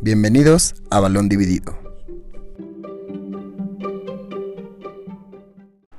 Bienvenidos a Balón Dividido.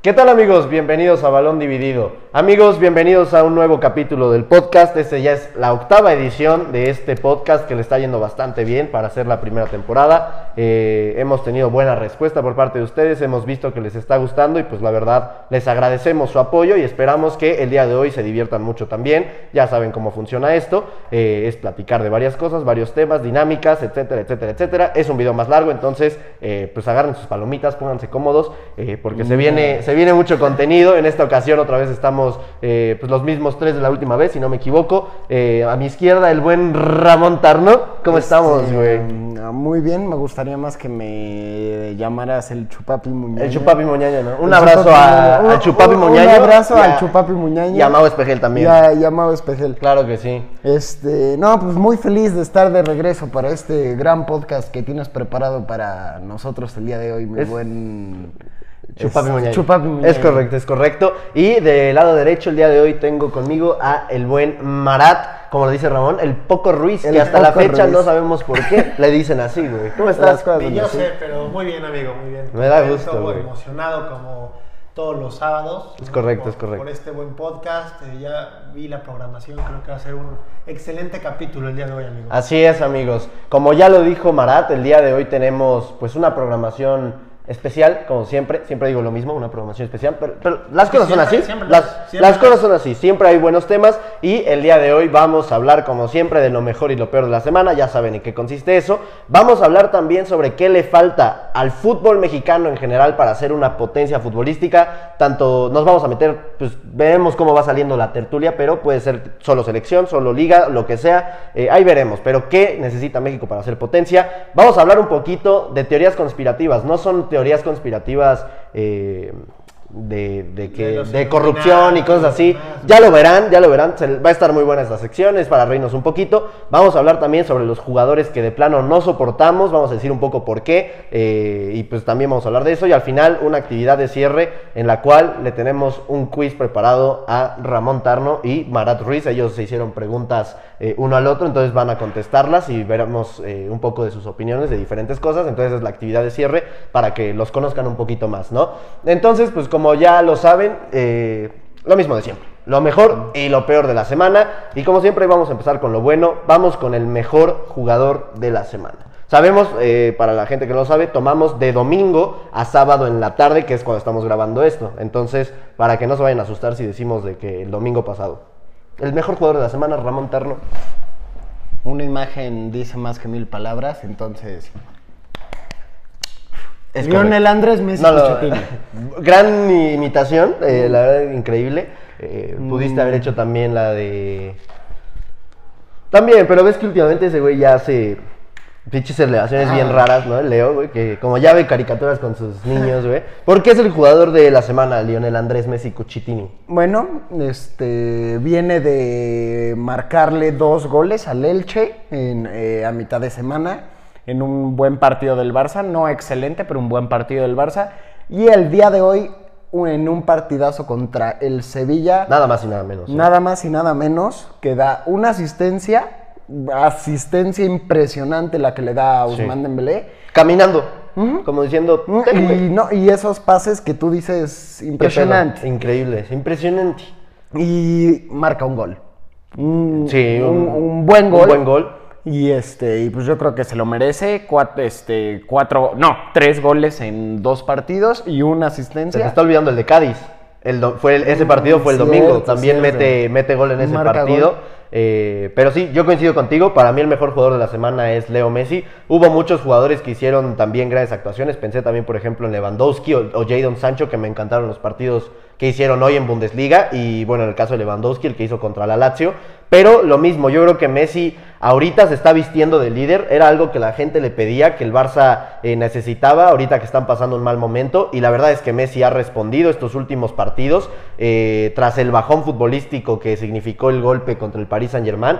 ¿Qué tal amigos? Bienvenidos a Balón Dividido. Amigos, bienvenidos a un nuevo capítulo del podcast. Este ya es la octava edición de este podcast que le está yendo bastante bien para hacer la primera temporada. Eh, hemos tenido buena respuesta por parte de ustedes, hemos visto que les está gustando y pues la verdad les agradecemos su apoyo y esperamos que el día de hoy se diviertan mucho también. Ya saben cómo funciona esto, eh, es platicar de varias cosas, varios temas, dinámicas, etcétera, etcétera, etcétera. Es un video más largo, entonces eh, pues agarren sus palomitas, pónganse cómodos eh, porque Mm. se viene... Se se viene mucho contenido. En esta ocasión otra vez estamos eh, pues los mismos tres de la última vez, si no me equivoco. Eh, a mi izquierda el buen Ramón Tarno. ¿Cómo Este, estamos, güey? mm, Muy bien, me gustaría más que me llamaras el Chupapi Muñaño. El Chupapi Moñaño, ¿no? Un El abrazo Chupapi a, Muñaño. al Chupapi Un- Moñaño. Un abrazo y a- al Chupapi Muñaño. Y a Mau Espejel también. Y a- y a Mau Espejel. Claro que sí. Este, no, pues muy feliz de estar de regreso para este gran podcast que tienes preparado para nosotros el día de hoy, mi Es- buen Chupapi es- Muñaño. Chupapi Muñaño. Es correcto, es correcto. Y del lado derecho, el día de hoy tengo conmigo a el buen Marat, como lo dice Ramón, el Poco Ruiz, El que hasta la Poco fecha Ruiz. no sabemos por qué le dicen así, güey. ¿Cómo estás? Las cosas Sí, Bueno, yo sí. sé, pero muy bien, amigo, muy bien. Me da Contento, gusto, güey. emocionado como todos los sábados. Es correcto, por, es correcto. Por este buen podcast, eh, ya vi la programación, creo que va a ser un excelente capítulo el día de hoy, amigo. Así es, amigos. Como ya lo dijo Marat, el día de hoy tenemos pues una programación especial, como siempre, siempre digo lo mismo, una programación especial, pero, pero las que cosas son siempre, así, siempre lo las, es, siempre las lo cosas son así, siempre hay buenos temas y el día de hoy vamos a hablar como siempre de lo mejor y lo peor de la semana, ya saben en qué consiste eso, vamos a hablar también sobre qué le falta al fútbol mexicano en general para ser una potencia futbolística, tanto nos vamos a meter, pues veremos cómo va saliendo la tertulia, pero puede ser solo selección, solo liga, lo que sea, eh, ahí veremos, pero qué necesita México para ser potencia, vamos a hablar un poquito de teorías conspirativas, no son teorías conspirativas... eh, de, de que De de, los corrupción y Illuminati, cosas así. demás. Ya lo verán, ya lo verán. Se- va a estar muy buena esta sección, es para reírnos un poquito. Vamos a hablar también sobre los jugadores que de plano no soportamos. Vamos a decir un poco por qué. eh, y pues también vamos a hablar de eso. Y al final, una actividad de cierre en la cual le tenemos un quiz preparado a Ramón Tarno y Marat Ruiz. Ellos se hicieron preguntas eh, uno al otro, entonces van a contestarlas y veremos eh, un poco de sus opiniones de diferentes cosas. Entonces es la actividad de cierre para que los conozcan un poquito más, ¿no? Entonces, pues como ya lo saben, eh, lo mismo de siempre. Lo mejor y lo peor de la semana. Y como siempre vamos a empezar con lo bueno. Vamos con el mejor jugador de la semana. Sabemos, eh, para la gente que no lo sabe, tomamos de domingo a sábado en la tarde, que es cuando estamos grabando esto. Entonces, para que no se vayan a asustar si decimos de que el domingo pasado. El mejor jugador de la semana, Ramón Terno. Una imagen dice más que mil palabras, entonces. Es Lionel Andrés Messi No, lo- Pochettino. gran imitación, eh, la verdad increíble. Eh, pudiste Mm. haber hecho también la de. También, pero ves que últimamente ese güey ya hace pinches elevaciones bien Ah. raras, ¿no? El Leo, güey, que como ya ve caricaturas con sus niños, güey. ¿Por qué es el jugador de la semana, Lionel Andrés Messi Cuchitini? Bueno, este viene de marcarle dos goles al Elche en, eh, a mitad de semana en un buen partido del Barça, no excelente, pero un buen partido del Barça. Y el día de hoy un- en un partidazo contra el Sevilla, Nada más y nada menos. ¿eh? nada más y nada menos que da una asistencia, asistencia impresionante la que le da a Sí. Usman Dembélé. Caminando, Ujú. como diciendo. Mm, "Ten, güey, Y, no, y esos pases que tú dices qué pedo". impresionante. Increíble, impresionante. y marca un gol. Un, Sí, un, un- un buen gol. Un buen gol. Y este, y pues yo creo que se lo merece. Cuatro, este, cuatro, no, tres goles en dos partidos y una Se te asistencia. Mm, está olvidando el de Cádiz. El do- fue el- ese partido fue el Cierto, domingo. También cierto. mete, mete gol en ese Marca partido. gol. Eh, pero sí, yo coincido contigo. Para mí el mejor jugador de la semana es Leo Messi. Hubo muchos jugadores que hicieron también grandes actuaciones. Pensé también, por ejemplo, en Lewandowski o, o Jadon Sancho, que me encantaron los partidos que hicieron hoy en Bundesliga. Y bueno, en el caso de Lewandowski, el que hizo contra la Lazio. Pero lo mismo, yo creo que Messi ahorita se está vistiendo de líder. Era algo que la gente le pedía, que el Barça eh, necesitaba, ahorita que están pasando un mal momento. Y la verdad es que Messi ha respondido estos últimos partidos. eh, tras el bajón futbolístico que significó el golpe contra el Paris Saint Germain,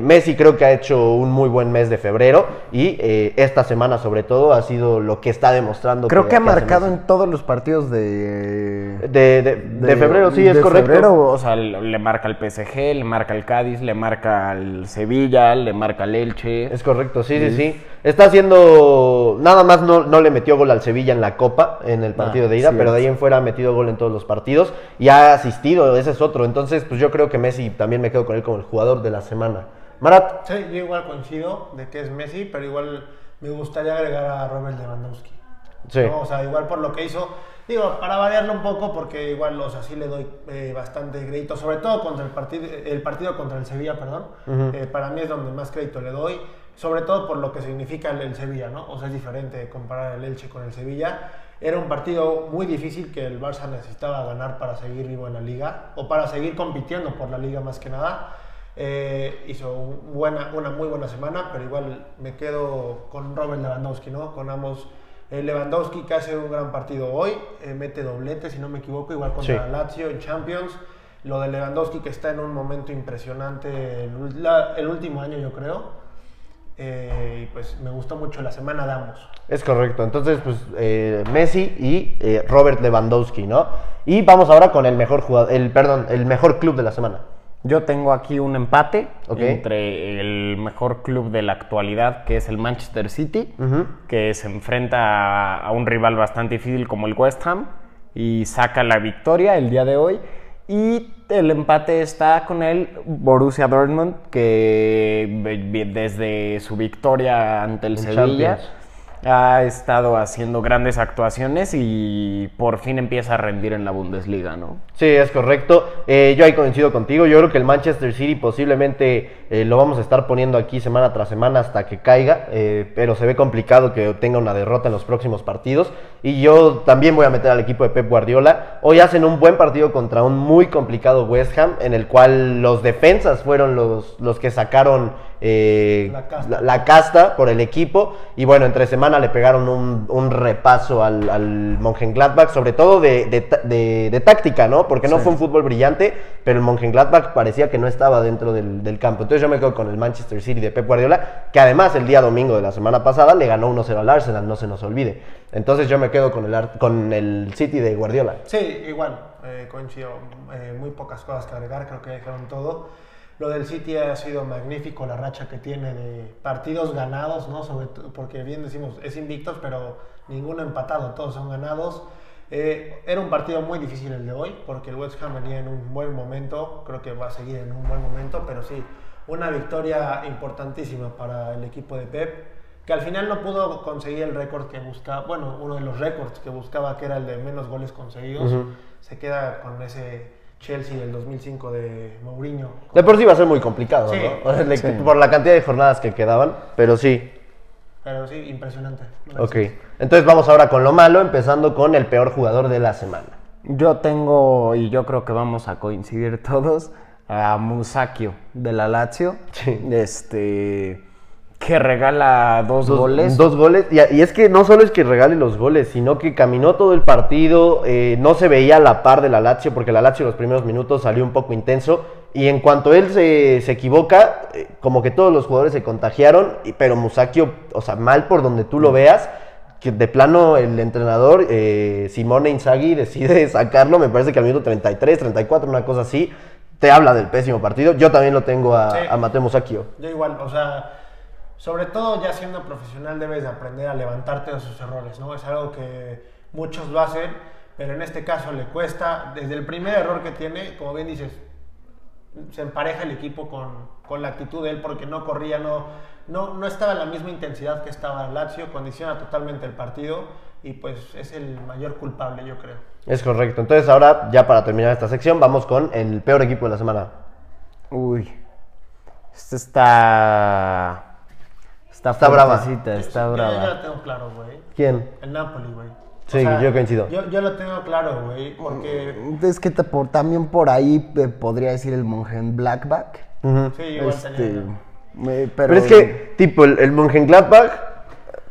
Messi creo que ha hecho un muy buen mes de febrero. Y eh, esta semana, sobre todo, ha sido lo que está demostrando. Creo que ha hace marcado Messi. en todos los partidos de. De, de- de febrero, sí, es de correcto. febrero, o sea, le le marca al PSG, le marca al Cádiz, le marca al Sevilla, Villarreal, le marca al Elche. Es correcto, sí, sí, sí. Está haciendo. Nada más no, no le metió gol al Sevilla en la Copa, en el partido Ah, de ida, sí, pero de es. ahí en fuera ha metido gol en todos los partidos y ha asistido, ese es otro. Entonces, pues yo creo que Messi también me quedo con él como el jugador de la semana. Marat, Sí, yo igual coincido de que es Messi, pero igual me gustaría agregar a Robert Lewandowski. sí. ¿no? O sea, igual por lo que hizo, digo, para variarlo un poco, porque igual, o sea, sí le doy eh, bastante crédito, sobre todo contra el partido, el partido contra el Sevilla, perdón. Eh, para mí es donde más crédito le doy, sobre todo por lo que significa el, el Sevilla, ¿no? O sea, es diferente comparar el Elche con el Sevilla. Era un partido muy difícil que el Barça necesitaba ganar para seguir vivo en la liga, o para seguir compitiendo por la liga más que nada. Eh, hizo un buena, una muy buena semana, pero igual me quedo con Robert Lewandowski, ¿no? Con ambos. Eh, Lewandowski que hace un gran partido hoy, eh, mete doblete, si no me equivoco, igual contra Sí. Lazio en Champions. Lo de Lewandowski que está en un momento impresionante el, ul- la- el último año, yo creo. Eh, y pues me gustó mucho la semana de ambos. Es correcto. Entonces, pues eh, Messi y eh, Robert Lewandowski, ¿no? Y vamos ahora con el mejor jugador, el, perdón, el mejor club de la semana. Yo tengo aquí un empate Ok. entre el mejor club de la actualidad, que es el Manchester City, que se enfrenta a- a un rival bastante difícil como el West Ham y saca la victoria el día de hoy. Y el empate está con el Borussia Dortmund, que ve- ve- desde su victoria ante el En Sevilla Champions. ha estado haciendo grandes actuaciones y por fin empieza a rendir en la Bundesliga, ¿no? Sí, es correcto. Eh, yo ahí coincido contigo. Yo creo que el Manchester City posiblemente eh, lo vamos a estar poniendo aquí semana tras semana hasta que caiga, eh, pero se ve complicado que tenga una derrota en los próximos partidos. Y yo también voy a meter al equipo de Pep Guardiola. Hoy hacen un buen partido contra un muy complicado West Ham, en el cual los defensas fueron los, los que sacaron eh, La casta. la, la casta por el equipo. Y bueno, entre semana le pegaron un, un repaso al, al Mönchengladbach, sobre todo de, de ta- de- de táctica, ¿no? Porque no fue un fútbol brillante, pero el Mönchengladbach parecía que no estaba dentro del, del campo. Entonces yo me quedo con el Manchester City de Pep Guardiola, que además el día domingo de la semana pasada le ganó 1-0 al Arsenal, no se nos olvide. Entonces yo me quedo con el, Ar- con el City de Guardiola. Sí, igual, eh, coincido. eh, muy pocas cosas que agregar, creo que dejaron todo. Lo del City ha sido magnífico, la racha que tiene de partidos ganados, ¿no? Sobre to- porque bien decimos, es invictos, pero ninguno empatado, todos son ganados. Eh, era un partido muy difícil el de hoy, porque el West Ham venía en un buen momento, creo que va a seguir en un buen momento, pero sí, una victoria importantísima para el equipo de Pep que al final no pudo conseguir el récord que buscaba, bueno, uno de los récords que buscaba, que era el de menos goles conseguidos, se queda con ese Chelsea del 2005 de Mourinho. De por sí va a ser muy complicado, Sí. ¿no? O sea, le- Sí. Por la cantidad de jornadas que quedaban, pero sí, Pero sí, impresionante. Ok, entonces vamos ahora con lo malo, empezando con el peor jugador de la semana. Yo tengo, y yo creo que vamos a coincidir todos, a Musakio de la Lazio. Sí. Este. Que regala dos, goles. Dos goles, y, y es que no solo es que regale los goles, sino que caminó todo el partido, eh, no se veía a la par de la Lazio, porque la Lazio los primeros minutos salió un poco intenso, y en cuanto él se, se equivoca, eh, como que todos los jugadores se contagiaron, y- pero Musacchio, o sea, mal por donde tú lo veas, que de plano el entrenador eh, Simone Inzaghi decide sacarlo, me parece que al minuto 33, 34, una cosa así, te habla del pésimo partido, yo también lo tengo a, Sí. a Mateo Musacchio. Yo igual, o sea, sobre todo ya siendo profesional debes de aprender a levantarte de sus errores, ¿no? Es algo que muchos lo hacen, pero en este caso le cuesta, desde el primer error que tiene, como bien dices, se empareja el equipo con, con la actitud de él porque no corría, no, no, no estaba en la misma intensidad que estaba el Lazio, condiciona totalmente el partido y pues es el mayor culpable, yo creo. Es correcto. Entonces ahora, ya para terminar esta sección, vamos con el peor equipo de la semana. Uy. Esta está. Está, Está brava. fuertecita, Está Yo- Yo, ya brava. lo tengo claro, güey. ¿Quién? El Napoli, güey. O Sí, yo coincido. Yo, yo lo tengo claro, güey, porque... Mm, Es que te por- también por ahí eh, podría decir el Mongen Blackback. Ujú. Sí, igual Este, tenía- eh, Pero, es que, tipo, el, el Mönchengladbach,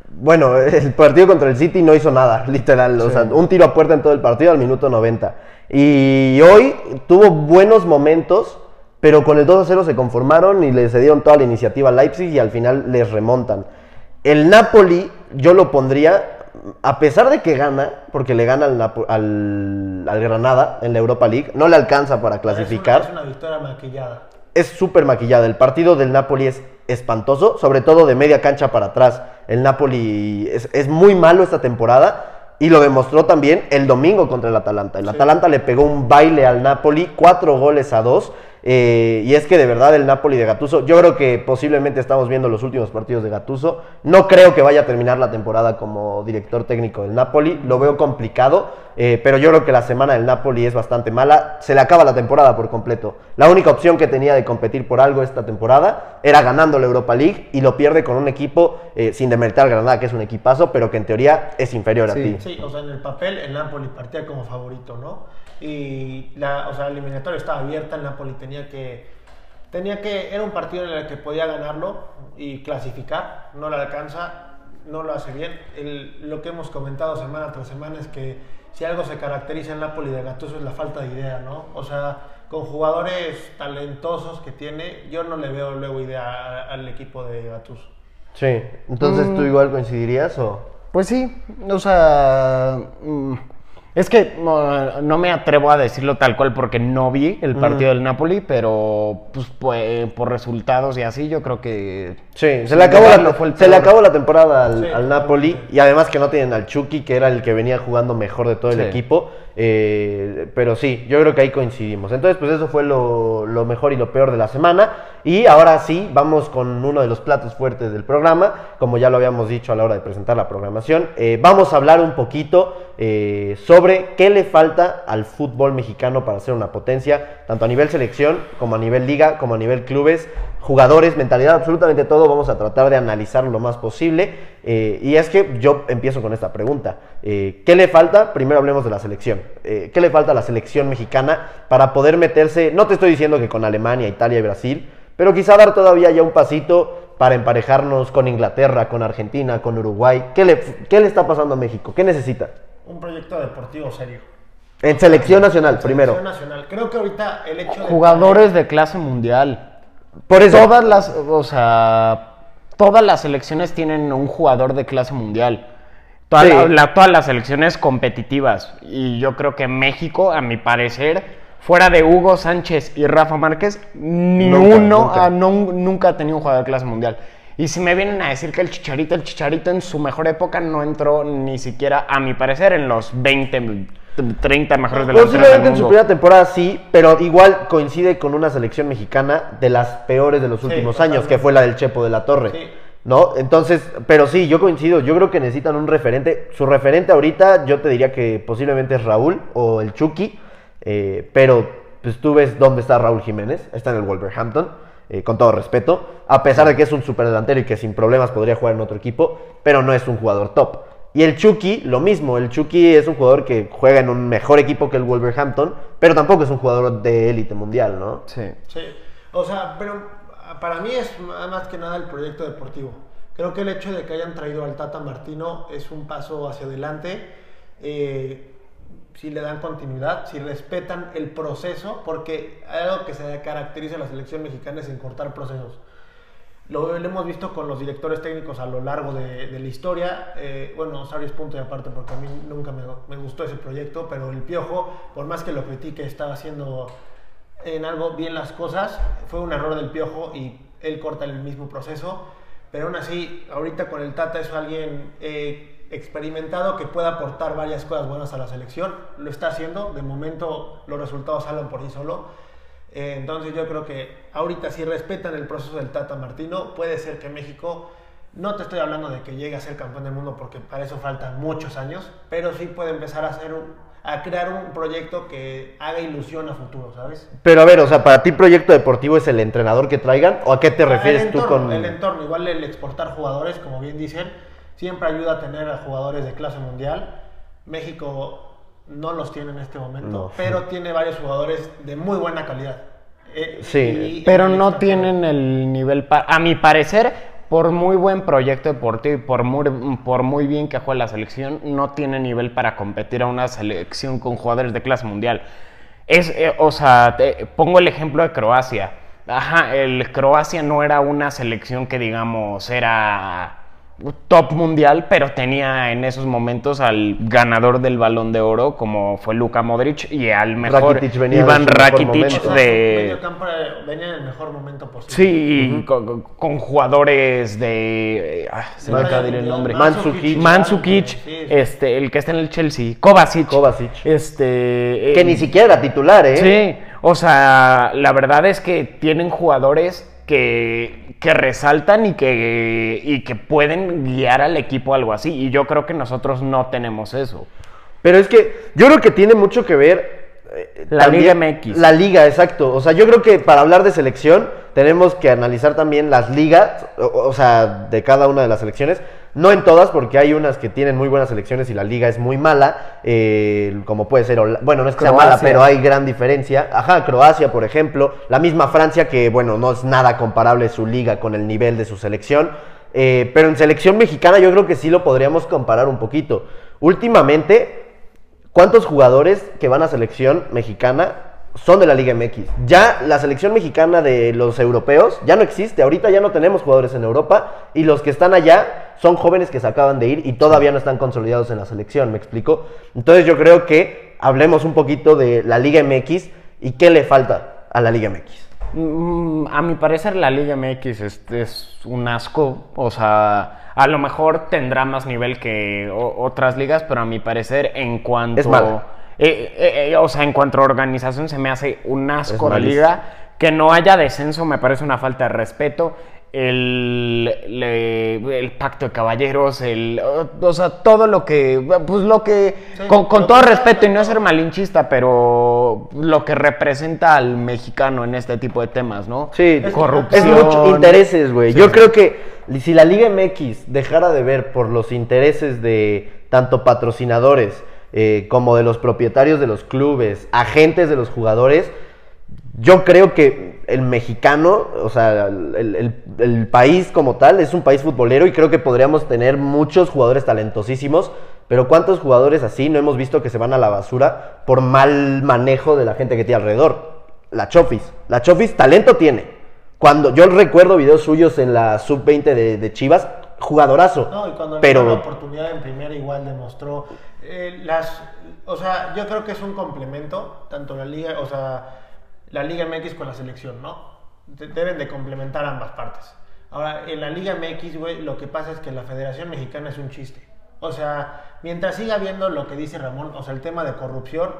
bueno, el partido contra el City no hizo nada, literal. O sea, un tiro a puerta en todo el partido al minuto 90. Y hoy tuvo buenos momentos, pero con el 2 a 0 se conformaron y le cedieron toda la iniciativa a Leipzig y al final les remontan. El Napoli, yo lo pondría, a pesar de que gana, porque le gana al, Napo- al, al Granada en la Europa League, no le alcanza para Es una- clasificar. Es una, victoria maquillada. es súper maquillada. El partido del Napoli es espantoso, sobre todo de media cancha para atrás. El Napoli es, es muy malo esta temporada. Y lo demostró también el domingo contra el Atalanta. El Atalanta le pegó un baile al Napoli, cuatro goles a dos. Eh, y es que de verdad el Napoli de Gatuso, yo creo que posiblemente estamos viendo los últimos partidos de Gatuso. No creo que vaya a terminar la temporada como director técnico del Napoli. Lo veo complicado, eh, pero yo creo que la semana del Napoli es bastante mala. Se le acaba la temporada por completo. La única opción que tenía de competir por algo esta temporada era ganando la Europa League y lo pierde con un equipo eh, sin demeritar Granada, que es un equipazo, pero que en teoría es inferior a ti. Sí, o sea, en el papel el Napoli partía como favorito, ¿no? Y la, o sea, la eliminatoria estaba abierta, el Napoli tenía que, tenía que, era un partido en el que podía ganarlo y clasificar, no lo alcanza, no lo hace bien. El- lo que hemos comentado semana tras semana es que si algo se caracteriza en Napoli de Gattuso es la falta de idea, ¿no? O sea, con jugadores talentosos que tiene, yo no le veo luego idea a- al equipo de Gattuso. Sí, entonces Mm. tú igual coincidirías o... Pues sí, o sea, mm, es que no, no me atrevo a decirlo tal cual porque no vi el partido del Napoli, pero pues, pues, por resultados y así yo creo que Sí, se sin le acabó, dudarlo la, fue el se le peor. acabó la temporada al, Sí, al Napoli totalmente. y además que no tienen al Chucky, que era el que venía jugando mejor de todo el Sí. equipo. eh, pero sí, yo creo que ahí coincidimos. Entonces, pues eso fue lo, lo mejor y lo peor de la semana. Y ahora sí, vamos con uno de los platos fuertes del programa, como ya lo habíamos dicho a la hora de presentar la programación. eh, vamos a hablar un poquito eh, sobre qué le falta al fútbol mexicano para ser una potencia, tanto a nivel selección como a nivel liga, como a nivel clubes jugadores, mentalidad, absolutamente todo, vamos a tratar de analizarlo lo más posible. Eh, y es que yo empiezo con esta pregunta. Eh, ¿Qué le falta? Primero hablemos de la selección. Eh, ¿Qué le falta a la selección mexicana para poder meterse, no te estoy diciendo que con Alemania, Italia y Brasil, pero quizá dar todavía ya un pasito para emparejarnos con Inglaterra, con Argentina, con Uruguay? ¿Qué le, qué le está pasando a México? ¿Qué necesita? Un proyecto deportivo serio. En selección nacional, primero. Selección Nacional. Creo que ahorita el hecho de... jugadores de clase mundial. Por eso, Todas las, o sea, todas las selecciones tienen un jugador de clase mundial. Toda Sí. la- la- todas las selecciones competitivas. Y yo creo que México, a mi parecer, fuera de Hugo Sánchez y Rafa Márquez, ni Nunca, uno nunca. ha- no- nunca ha tenido un jugador de clase mundial. Y si me vienen a decir que el Chicharito, el Chicharito en su mejor época no entró ni siquiera, a mi parecer, en los 20, 30 mejores delanteros del Posiblemente en su mundo. primera temporada sí, pero igual coincide con una selección mexicana de las peores de los Sí, últimos totalmente. años, que fue la del Chepo de la Torre. Sí. ¿No? Entonces, pero sí, yo coincido, yo creo que necesitan un referente. Su referente ahorita yo te diría que posiblemente es Raúl o el Chucky, eh, pero pues tú ves dónde está Raúl Jiménez, está en el Wolverhampton, eh, con todo respeto, a pesar de que es un superdelantero y que sin problemas podría jugar en otro equipo, pero no es un jugador top. Y el Chucky, lo mismo. El Chucky es un jugador que juega en un mejor equipo que el Wolverhampton, pero tampoco es un jugador de élite mundial, ¿no? Sí. Sí, o sea, pero ah, para mí es ma- más que nada el proyecto deportivo. Creo que el hecho de que hayan traído al Tata Martino es un paso hacia adelante. eh, si le dan continuidad, si respetan el proceso, porque algo que se caracteriza a la selección mexicana es en cortar procesos. Lo, lo hemos visto con los directores técnicos a lo largo de, de la historia. eh, bueno, Osorio es punto y aparte porque a mí nunca me, me gustó ese proyecto, pero el Piojo, por más que lo critique, estaba haciendo en algo bien las cosas. Fue un error del Piojo y él corta el mismo proceso. Pero aún así, ahorita con el Tata es alguien eh, experimentado que pueda aportar varias cosas buenas a la selección. Lo está haciendo. De momento los resultados hablan por sí solo. Eh, entonces yo creo que ahorita si respetan el proceso del Tata Martino, puede ser que México, no te estoy hablando de que llegue a ser campeón del mundo porque para eso faltan muchos años, pero sí puede empezar a, hacer un- a crear un proyecto que haga ilusión a futuro, ¿sabes? Pero a ver, o sea, para ti proyecto deportivo es el entrenador que traigan o a qué te refieres Ah, el tú entorno, con El entorno, igual el exportar jugadores, como bien dicen, siempre ayuda a tener a jugadores de clase mundial. México no los tiene en este momento, No. pero tiene varios jugadores de muy buena calidad. Eh, Sí. y- Pero y- no tienen el nivel, pa- a mi parecer, por muy buen proyecto deportivo y por muy, por muy bien que juega la selección, no tiene nivel para competir a una selección con jugadores de clase mundial. Es, eh, o sea, te- pongo el ejemplo de Croacia. Ajá, el Croacia no era una selección que digamos era top mundial, pero tenía en esos momentos al ganador del Balón de Oro, como fue Luka Modric, y al mejor Rakitic venía de Iván su mejor Rakitic momento. de... Medio campo eh, venía en el mejor momento posible. Sí, y con, con- con jugadores de... eh, ah, se me Marca acaba de ir el mundial, nombre. Mandzukic. Mandzukic, Sí, sí. este, el que está en el Chelsea, Kovacic. Kovacic. Este, Que eh, ni siquiera era titular, ¿eh? Sí, o sea, la verdad es que tienen jugadores que, que resaltan y que, y que pueden guiar al equipo a algo así. Y yo creo que nosotros no tenemos eso. Pero es que yo creo que tiene mucho que ver. eh, La Liga MX. La liga, exacto. O sea, yo creo que para hablar de selección tenemos que analizar también las ligas, o, o sea, de cada una de las selecciones. No en todas, porque hay unas que tienen muy buenas selecciones y la liga es muy mala, eh, como puede ser, Hola- bueno, no es que sea mala, Croacia. pero hay gran diferencia. Ajá, Croacia, por ejemplo, la misma Francia, que bueno, no es nada comparable su liga con el nivel de su selección. Eh, pero en selección mexicana yo creo que sí lo podríamos comparar un poquito. Últimamente, ¿Cuántos jugadores que van a selección mexicana son de la Liga MX? Ya la selección mexicana de los europeos ya no existe. Ahorita ya no tenemos jugadores en Europa y los que están allá son jóvenes que se acaban de ir y todavía no están consolidados en la selección, ¿me explico? Entonces yo creo que hablemos un poquito de la Liga MX y qué le falta a la Liga MX. Mm, A mi parecer la Liga MX es, es un asco, o sea, a lo mejor tendrá más nivel que o- otras ligas, pero a mi parecer en cuanto... Es mala. Eh, eh, eh, o sea, en cuanto a organización se me hace un asco Es la malísima. liga, que no haya descenso me parece una falta de respeto. El, le- el pacto de caballeros, el, o sea, todo lo que, pues lo que, Sí, con, con lo todo que- respeto y no ser malinchista, pero lo que representa al mexicano en este tipo de temas, ¿no? Sí, Es- corrupción. Es mucho intereses, güey. Sí. Yo creo que si la Liga MX dejara de ver por los intereses de tanto patrocinadores eh, como de los propietarios de los clubes, agentes de los jugadores, yo creo que el mexicano, o sea, el, el- el país como tal, es un país futbolero y creo que podríamos tener muchos jugadores talentosísimos, pero ¿cuántos jugadores así no hemos visto que se van a la basura por mal manejo de la gente que tiene alrededor? La Chofis. La Chofis talento tiene. Cuando yo recuerdo videos suyos en la sub-20 de, de Chivas, jugadorazo. No, y cuando pero le dio la oportunidad en primera igual demostró eh, las o sea, yo creo que es un complemento tanto la liga, o sea, la Liga MX con la selección, ¿no? De- deben de complementar ambas partes. Ahora, en la Liga MX, güey, lo que pasa es que la Federación Mexicana es un chiste. O sea, mientras siga habiendo lo que dice Ramón, o sea, el tema de corrupción,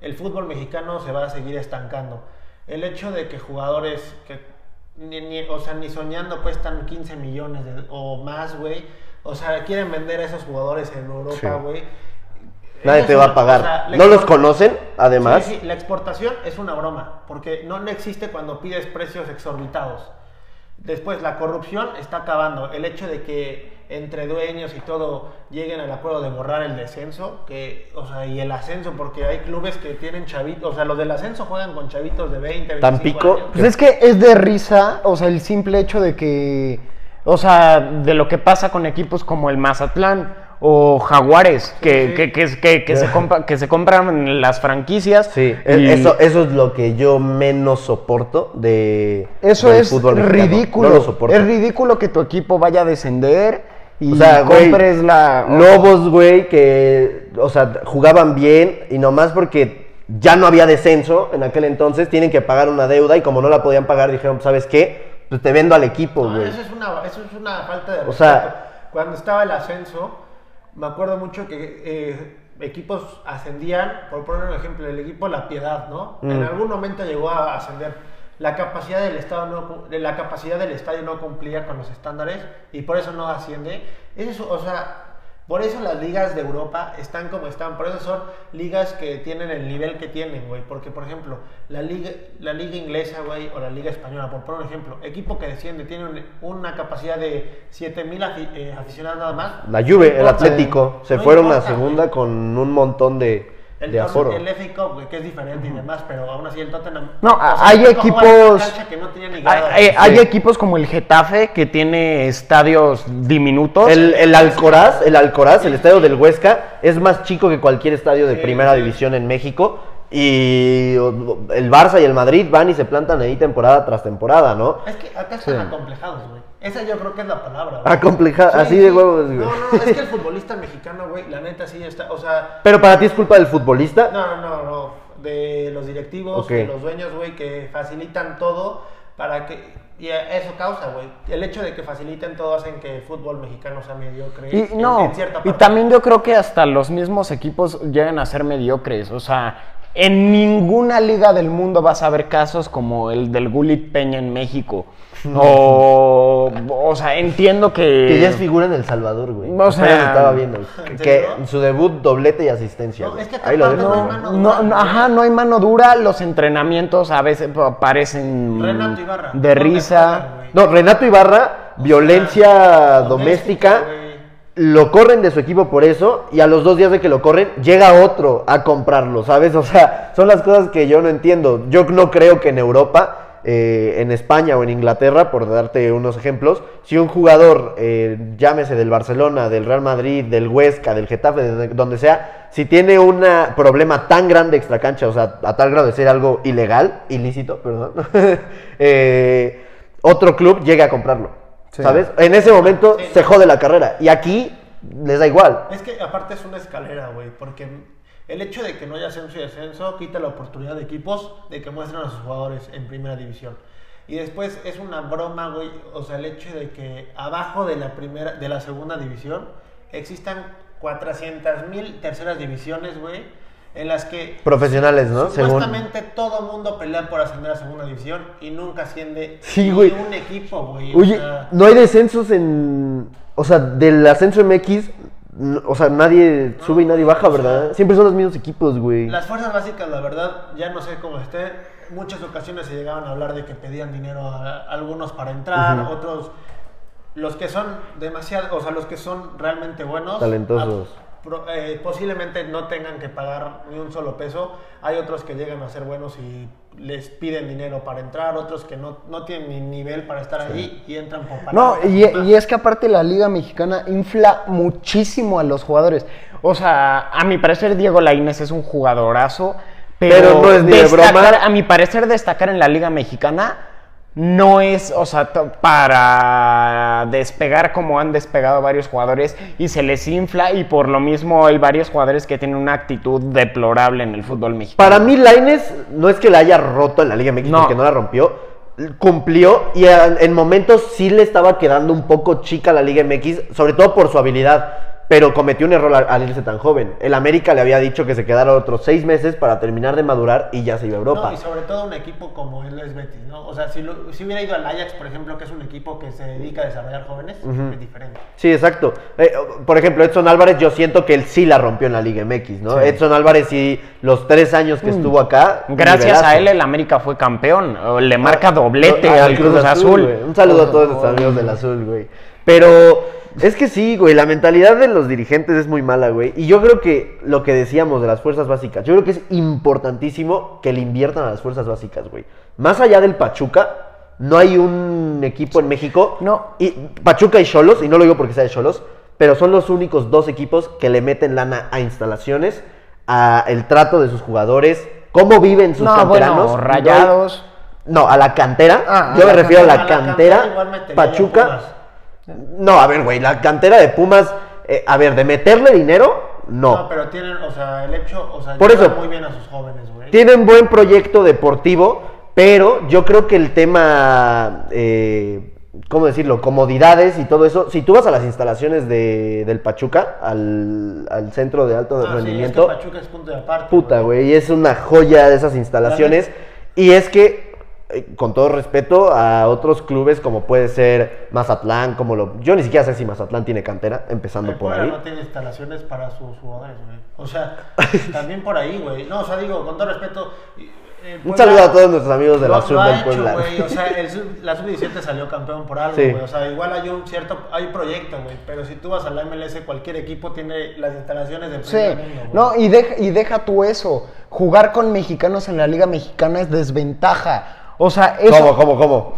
el fútbol mexicano se va a seguir estancando. El hecho de que jugadores que ni, ni- o sea, ni soñando cuestan 15 millones de- o más, güey. O sea, quieren vender a esos jugadores en Sí. Europa, güey. nadie Ellos te va a no- pagar. o sea, la no los export- conocen, además. Sí, sí, la exportación es una broma, porque no, no existe cuando pides precios exorbitados. Después, la corrupción está acabando. El hecho de que entre dueños y todo lleguen al acuerdo de borrar el descenso que, o sea, y el ascenso, porque hay clubes que tienen chavitos, o sea, los del ascenso juegan con chavitos de 20, 25 Tampico, años. Pues es que es de risa, o sea, el simple hecho de que, o sea, de lo que pasa con equipos como el Mazatlán o Jaguares, que, sí. que, que, que- que se, compra- que se compran las franquicias. Sí, y- e- eso, eso es lo que yo menos soporto de eso del es fútbol mexicano. ridículo. No lo soporto. es ridículo que tu equipo vaya a descender y e-, O sea, güey, compres la... Lobos, güey, que, o sea, jugaban bien y nomás porque ya no había descenso en aquel entonces, tienen que pagar una deuda y como no la podían pagar, dijeron, ¿sabes qué? Pues te vendo al equipo, No, güey. eso, es una, eso es una falta de O respeto. sea- cuando estaba el ascenso, me acuerdo mucho que eh, equipos ascendían, por poner un ejemplo, el equipo La Piedad, ¿no? En Mm. algún momento llegó a ascender. La capacidad, del estado no, cu- de la capacidad del estadio no cumplía con los estándares y por eso no asciende. Eso, o sea, por eso las ligas de Europa están como están, por eso son ligas que tienen el nivel que tienen, güey. Porque, por ejemplo, la liga, la liga inglesa, güey, o la liga española, por poner un ejemplo, equipo que desciende tiene un- una capacidad de 7000 afi- eh, aficionados nada más. La Juve, el importa, Atlético, güey. se No fueron a importa, segunda güey. con un montón de, El, de Tot- aforo. el FA Cup, güey, que es diferente y demás, pero aún así el Tottenham. No, o sea, a- hay el Tottenham jugaba en una equipos- cancha que no tenía ni Hay, grada, hay- güey. hay equipos como el Getafe que tiene estadios diminutos. El, el Alcoraz, el Alcoraz, el estadio del Huesca, es más chico que cualquier estadio de Sí, primera sí. división en México. Y o- el Barça y el Madrid van y se plantan ahí temporada tras temporada, ¿no? Es que acá están acomplejados, güey. Esa yo creo que es la palabra. güey. Acompleja- Sí, así de sí. huevos, güey. No, no, no, es que el futbolista mexicano, güey, la neta sí está. O sea, Pero para ti es culpa del futbolista. no, no, no, no. De los directivos, Ok. de los dueños, güey, que facilitan todo para que. Y a- eso causa, güey. El hecho de que faciliten todo hacen que el fútbol mexicano sea mediocre. Y en- no, en cierta y parte. también yo creo que hasta los mismos equipos llegan a ser mediocres. O sea, en ninguna liga del mundo vas a ver casos como el del Gulit Peña en México. O, o sea, entiendo que. Que ya es figura en El Salvador, güey. O sea, Apenas estaba viendo. Que, ¿en que serio? su debut, doblete y asistencia. No, güey. es que acá Ahí lo aparte ves. no hay güey. mano. No, no, no, ajá, no hay mano dura. Los entrenamientos a veces pa- parecen Renato Ibarra, no de te risa. jodas, güey. No, Renato Ibarra, violencia doméstica. güey. Lo corren de su equipo por eso, y a los dos días de que lo corren, llega otro a comprarlo, ¿sabes? O sea, son las cosas que yo no entiendo. Yo no creo que en Europa, eh, en España o en Inglaterra, por darte unos ejemplos, si un jugador, eh, llámese del Barcelona, del Real Madrid, del Huesca, del Getafe, de de donde sea, si tiene un problema tan grande extracancha, o sea, a tal grado de ser algo ilegal, ilícito, perdón, eh, otro club llega a comprarlo. Sí. ¿Sabes? En ese momento Sí. se jode la carrera. Y aquí les da igual. Es que aparte es una escalera, güey, porque el hecho de que no haya ascenso y descenso quita la oportunidad de equipos de que muestren a sus jugadores en primera división. Y después es una broma, güey, o sea, el hecho de que abajo de la primera de la segunda división existan 400.000 terceras divisiones, güey, en las que Profesionales, ¿no? Según. supuestamente todo mundo pelea por ascender a segunda división y nunca asciende Sí, ni güey. un equipo, güey. o Oye, sea, no hay descensos en. O sea, del ascenso MX. n- O sea, nadie sube y nadie baja, ¿verdad? Siempre son los mismos equipos, güey. Las fuerzas básicas, la verdad, ya no sé cómo esté. Muchas ocasiones se llegaban a hablar de que pedían dinero a, a algunos para entrar, otros. Los que son demasiado, o sea, los que son realmente buenos. Talentosos. a- pro- eh, posiblemente no tengan que pagar ni un solo peso. Hay otros que llegan a ser buenos y les piden dinero para entrar, otros que no, no tienen ni nivel para estar ahí y entran por No, pagar. y, e, y es que aparte la Liga Mexicana infla muchísimo a los jugadores. O sea, a mi parecer Diego Lainez es un jugadorazo, pero, Pero no es ni de destacar- broma. A mi parecer destacar en la Liga Mexicana no es, o sea, to- para despegar como han despegado varios jugadores y se les infla y por lo mismo hay varios jugadores que tienen una actitud deplorable en el fútbol mexicano. Para mí, Laines no es que la haya roto en la Liga MX, No. porque no la rompió. Cumplió y a- en momentos sí le estaba quedando un poco chica la Liga MX, sobre todo por su habilidad. Pero cometió un error al, al irse tan joven. El América le había dicho que se quedara otros seis meses para terminar de madurar y ya se iba a Europa. No, y sobre todo un equipo como el es Betis, ¿no? O sea, si, lo- si hubiera ido al Ajax, por ejemplo, que es un equipo que se dedica a desarrollar jóvenes, es diferente. Sí, exacto. Eh, por ejemplo, Edson Álvarez, yo siento que él sí la rompió en la Liga MX, ¿no? Edson Álvarez sí, los tres años que estuvo acá. Mm. Gracias a nivelazo. él el América fue campeón, o le marca doblete Ah, al Cruz, Azul. güey. Un saludo a todos los amigos del Azul, güey. Pero es que sí, güey, la mentalidad de los dirigentes es muy mala, güey. Y yo creo que lo que decíamos de las fuerzas básicas, yo creo que es importantísimo que le inviertan a las fuerzas básicas, güey. Más allá del Pachuca, no hay un equipo en México. No. Y Pachuca y Cholos, y no lo digo porque sea de Cholos, pero son los únicos dos equipos que le meten lana a instalaciones, a el trato de sus jugadores, cómo viven sus No, canteranos. bueno, No hay- rayados. no, a la cantera. Ah, a Yo me la refiero a la cantera. A la cantera. cantera igual metería Pachuca. No, a ver, güey, la cantera de Pumas. eh, a ver, de meterle dinero, no. No, pero tienen, o sea, el hecho, o sea, Por llevan eso. muy bien a sus jóvenes, güey. Ah, Tienen buen proyecto deportivo, pero yo creo que el tema. eh, ¿Cómo decirlo? Comodidades y todo eso. Si tú vas a las instalaciones de, del Pachuca, al, al centro de alto Ah, sí, es que rendimiento. Pachuca es punto de aparte. Puta, güey, es una joya de esas instalaciones. Y es que, eh, con todo respeto a otros clubes como puede ser Mazatlán, como lo... Yo ni siquiera sé si Mazatlán tiene cantera, empezando El por Puebla ahí. no tiene instalaciones para sus jugadores, güey. O sea, también por ahí, güey. No, o sea, digo, con todo respeto. y- el Un Puebla- saludo a todos nuestros amigos de Lo- la Sur lo ha del hecho, Puebla. güey, o sea, el sub- la sub-17 salió campeón por algo, Sí. güey. O sea, igual hay un cierto, hay proyecto, güey. Pero si tú vas a la MLS, cualquier equipo tiene las instalaciones de Sí, primer mundo, güey. no, y deja, y deja tú eso. Jugar con mexicanos en la Liga Mexicana es desventaja. O sea, eso. ¿Cómo, cómo, cómo?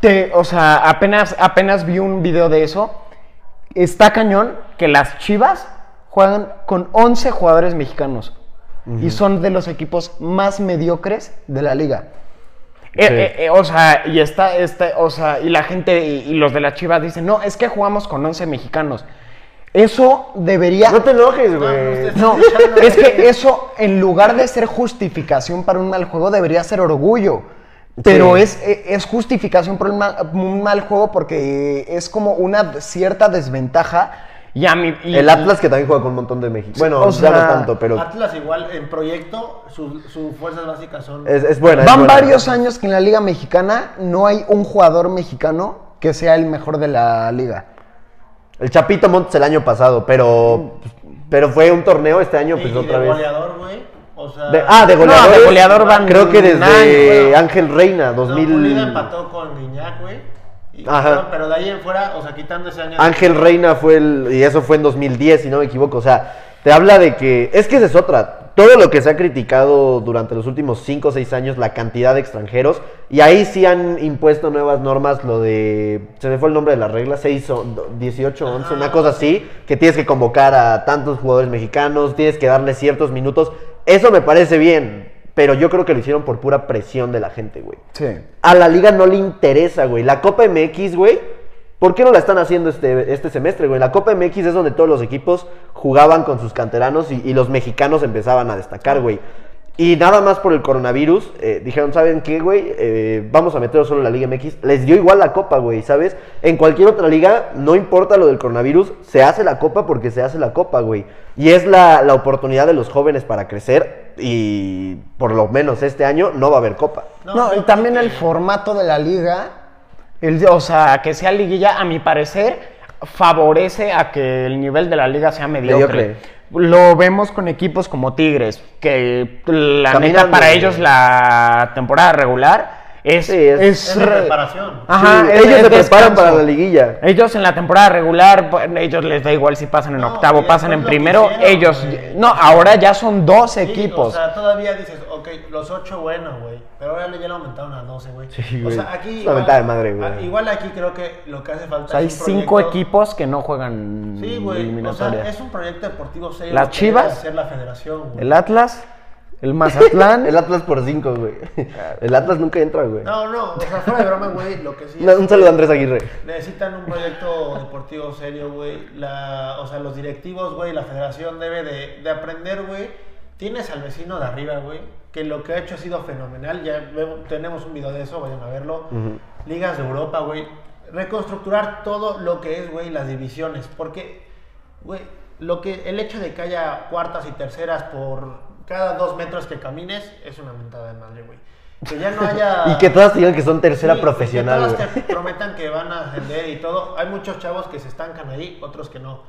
te- o sea, apenas, apenas vi un video de eso. Está cañón que las chivas juegan con 11 jugadores mexicanos. y son de los equipos más mediocres de la liga. Sí. Eh, eh, eh, o sea, y está, está, o sea, y la gente y, y los de la Chivas dicen, no, es que jugamos con 11 mexicanos. Eso debería... No te enojes, no, güey. usted- No, es que eso, en lugar de ser justificación para un mal juego, debería ser orgullo. Pero Sí. es, e- es justificación por un mal, un mal juego porque es como una cierta desventaja. Y a mi- y- El Atlas que también juega con un montón de México. Bueno, o ya no sea, tanto, pero Atlas igual, en proyecto, sus sus fuerzas básicas son... es, es buena. es Van buena. varios años que en la Liga Mexicana no hay un jugador mexicano que sea el mejor de la liga. El Chapito Montes el año pasado, pero pero fue un torneo este año, pues y otra de vez. goleador, güey. O sea... De- ah, de No, goleador. de goleador van Creo que un año, desde bueno. Ángel Reina, No, 2000. Pulido empató con Iñak, güey. Y- Ajá. Pero, pero de ahí en fuera, o sea, quitando ese año... de- Ángel Reina fue el. Y eso fue en 2010, si no me equivoco. O sea, te habla de que. Es que esa es otra. Todo lo que se ha criticado durante los últimos 5 o 6 años, la cantidad de extranjeros. Y ahí sí han impuesto nuevas normas, lo de. Se me fue el nombre de la regla, 6, o- 18, 11, Ah, una cosa así. Que tienes que convocar a tantos jugadores mexicanos, tienes que darle ciertos minutos. Eso me parece bien. Pero yo creo que lo hicieron por pura presión de la gente, güey Sí. a la liga no le interesa, güey. La Copa MX, güey, ¿por qué no la están haciendo este, este semestre, güey? La Copa MX es donde todos los equipos jugaban con sus canteranos y, y los mexicanos empezaban a destacar, güey. Y nada más por el coronavirus, eh, dijeron, ¿saben qué, güey? Eh, vamos a meter solo la Liga MX. Les dio igual la Copa, güey, ¿sabes? En cualquier otra liga, no importa lo del coronavirus, se hace la Copa porque se hace la Copa, güey. Y es la, la oportunidad de los jóvenes para crecer y por lo menos este año no va a haber Copa. No, No, yo y también creo el que- formato de la liga, el- o sea, que sea liguilla, a mi parecer, favorece a que el nivel de la liga sea mediocre. Mediocre. Lo vemos con equipos como Tigres, que la Caminan neta para de- ellos la temporada regular es, Sí, es- es Es de re- preparación. Ajá, Sí, es- ellos es se preparan descanso. para la liguilla. Ellos en la temporada regular, bueno, ellos les da igual si pasan en No, octavo, y pasan en después lo primero. quisieron, Ellos, güey. no, ahora ya son dos Sí, equipos. O sea, todavía dices, ok, los ocho, bueno, güey. Pero ahora ya lo aumentaron a 12, güey. Sí, O güey. sea, aquí. Es una mentada de madre, güey. ah, Igual aquí creo que lo que hace falta. O sea, hay es un cinco proyecto- equipos que no juegan Sí, güey. O eliminatoria. sea, es un proyecto deportivo serio. ¿Las lo que debe Chivas? hacer la federación, güey. El Atlas, el Mazatlán. El Atlas por 5, güey. El Atlas nunca entra, güey. No, no, o sea, fuera de broma, güey. Lo que sí. Una- es Un que saludo a Andrés Aguirre. Necesitan un proyecto deportivo serio, güey. La, o sea, los directivos, güey, la federación debe de, de aprender, güey. Tienes al vecino de arriba, güey, que lo que ha hecho ha sido fenomenal. Ya vemos- tenemos un video de eso, vayan a verlo. Ligas de Europa, güey. Reconstructurar todo lo que es, güey, las divisiones. Porque, güey, lo que, el hecho de que haya cuartas y terceras por cada dos metros que camines es una mentada de madre, güey. Que ya no haya... Ah. Y que todas digan que son tercera Sí, profesional, que güey. todas te prometan que van a ascender y todo. Hay muchos chavos que se estancan ahí, otros que no.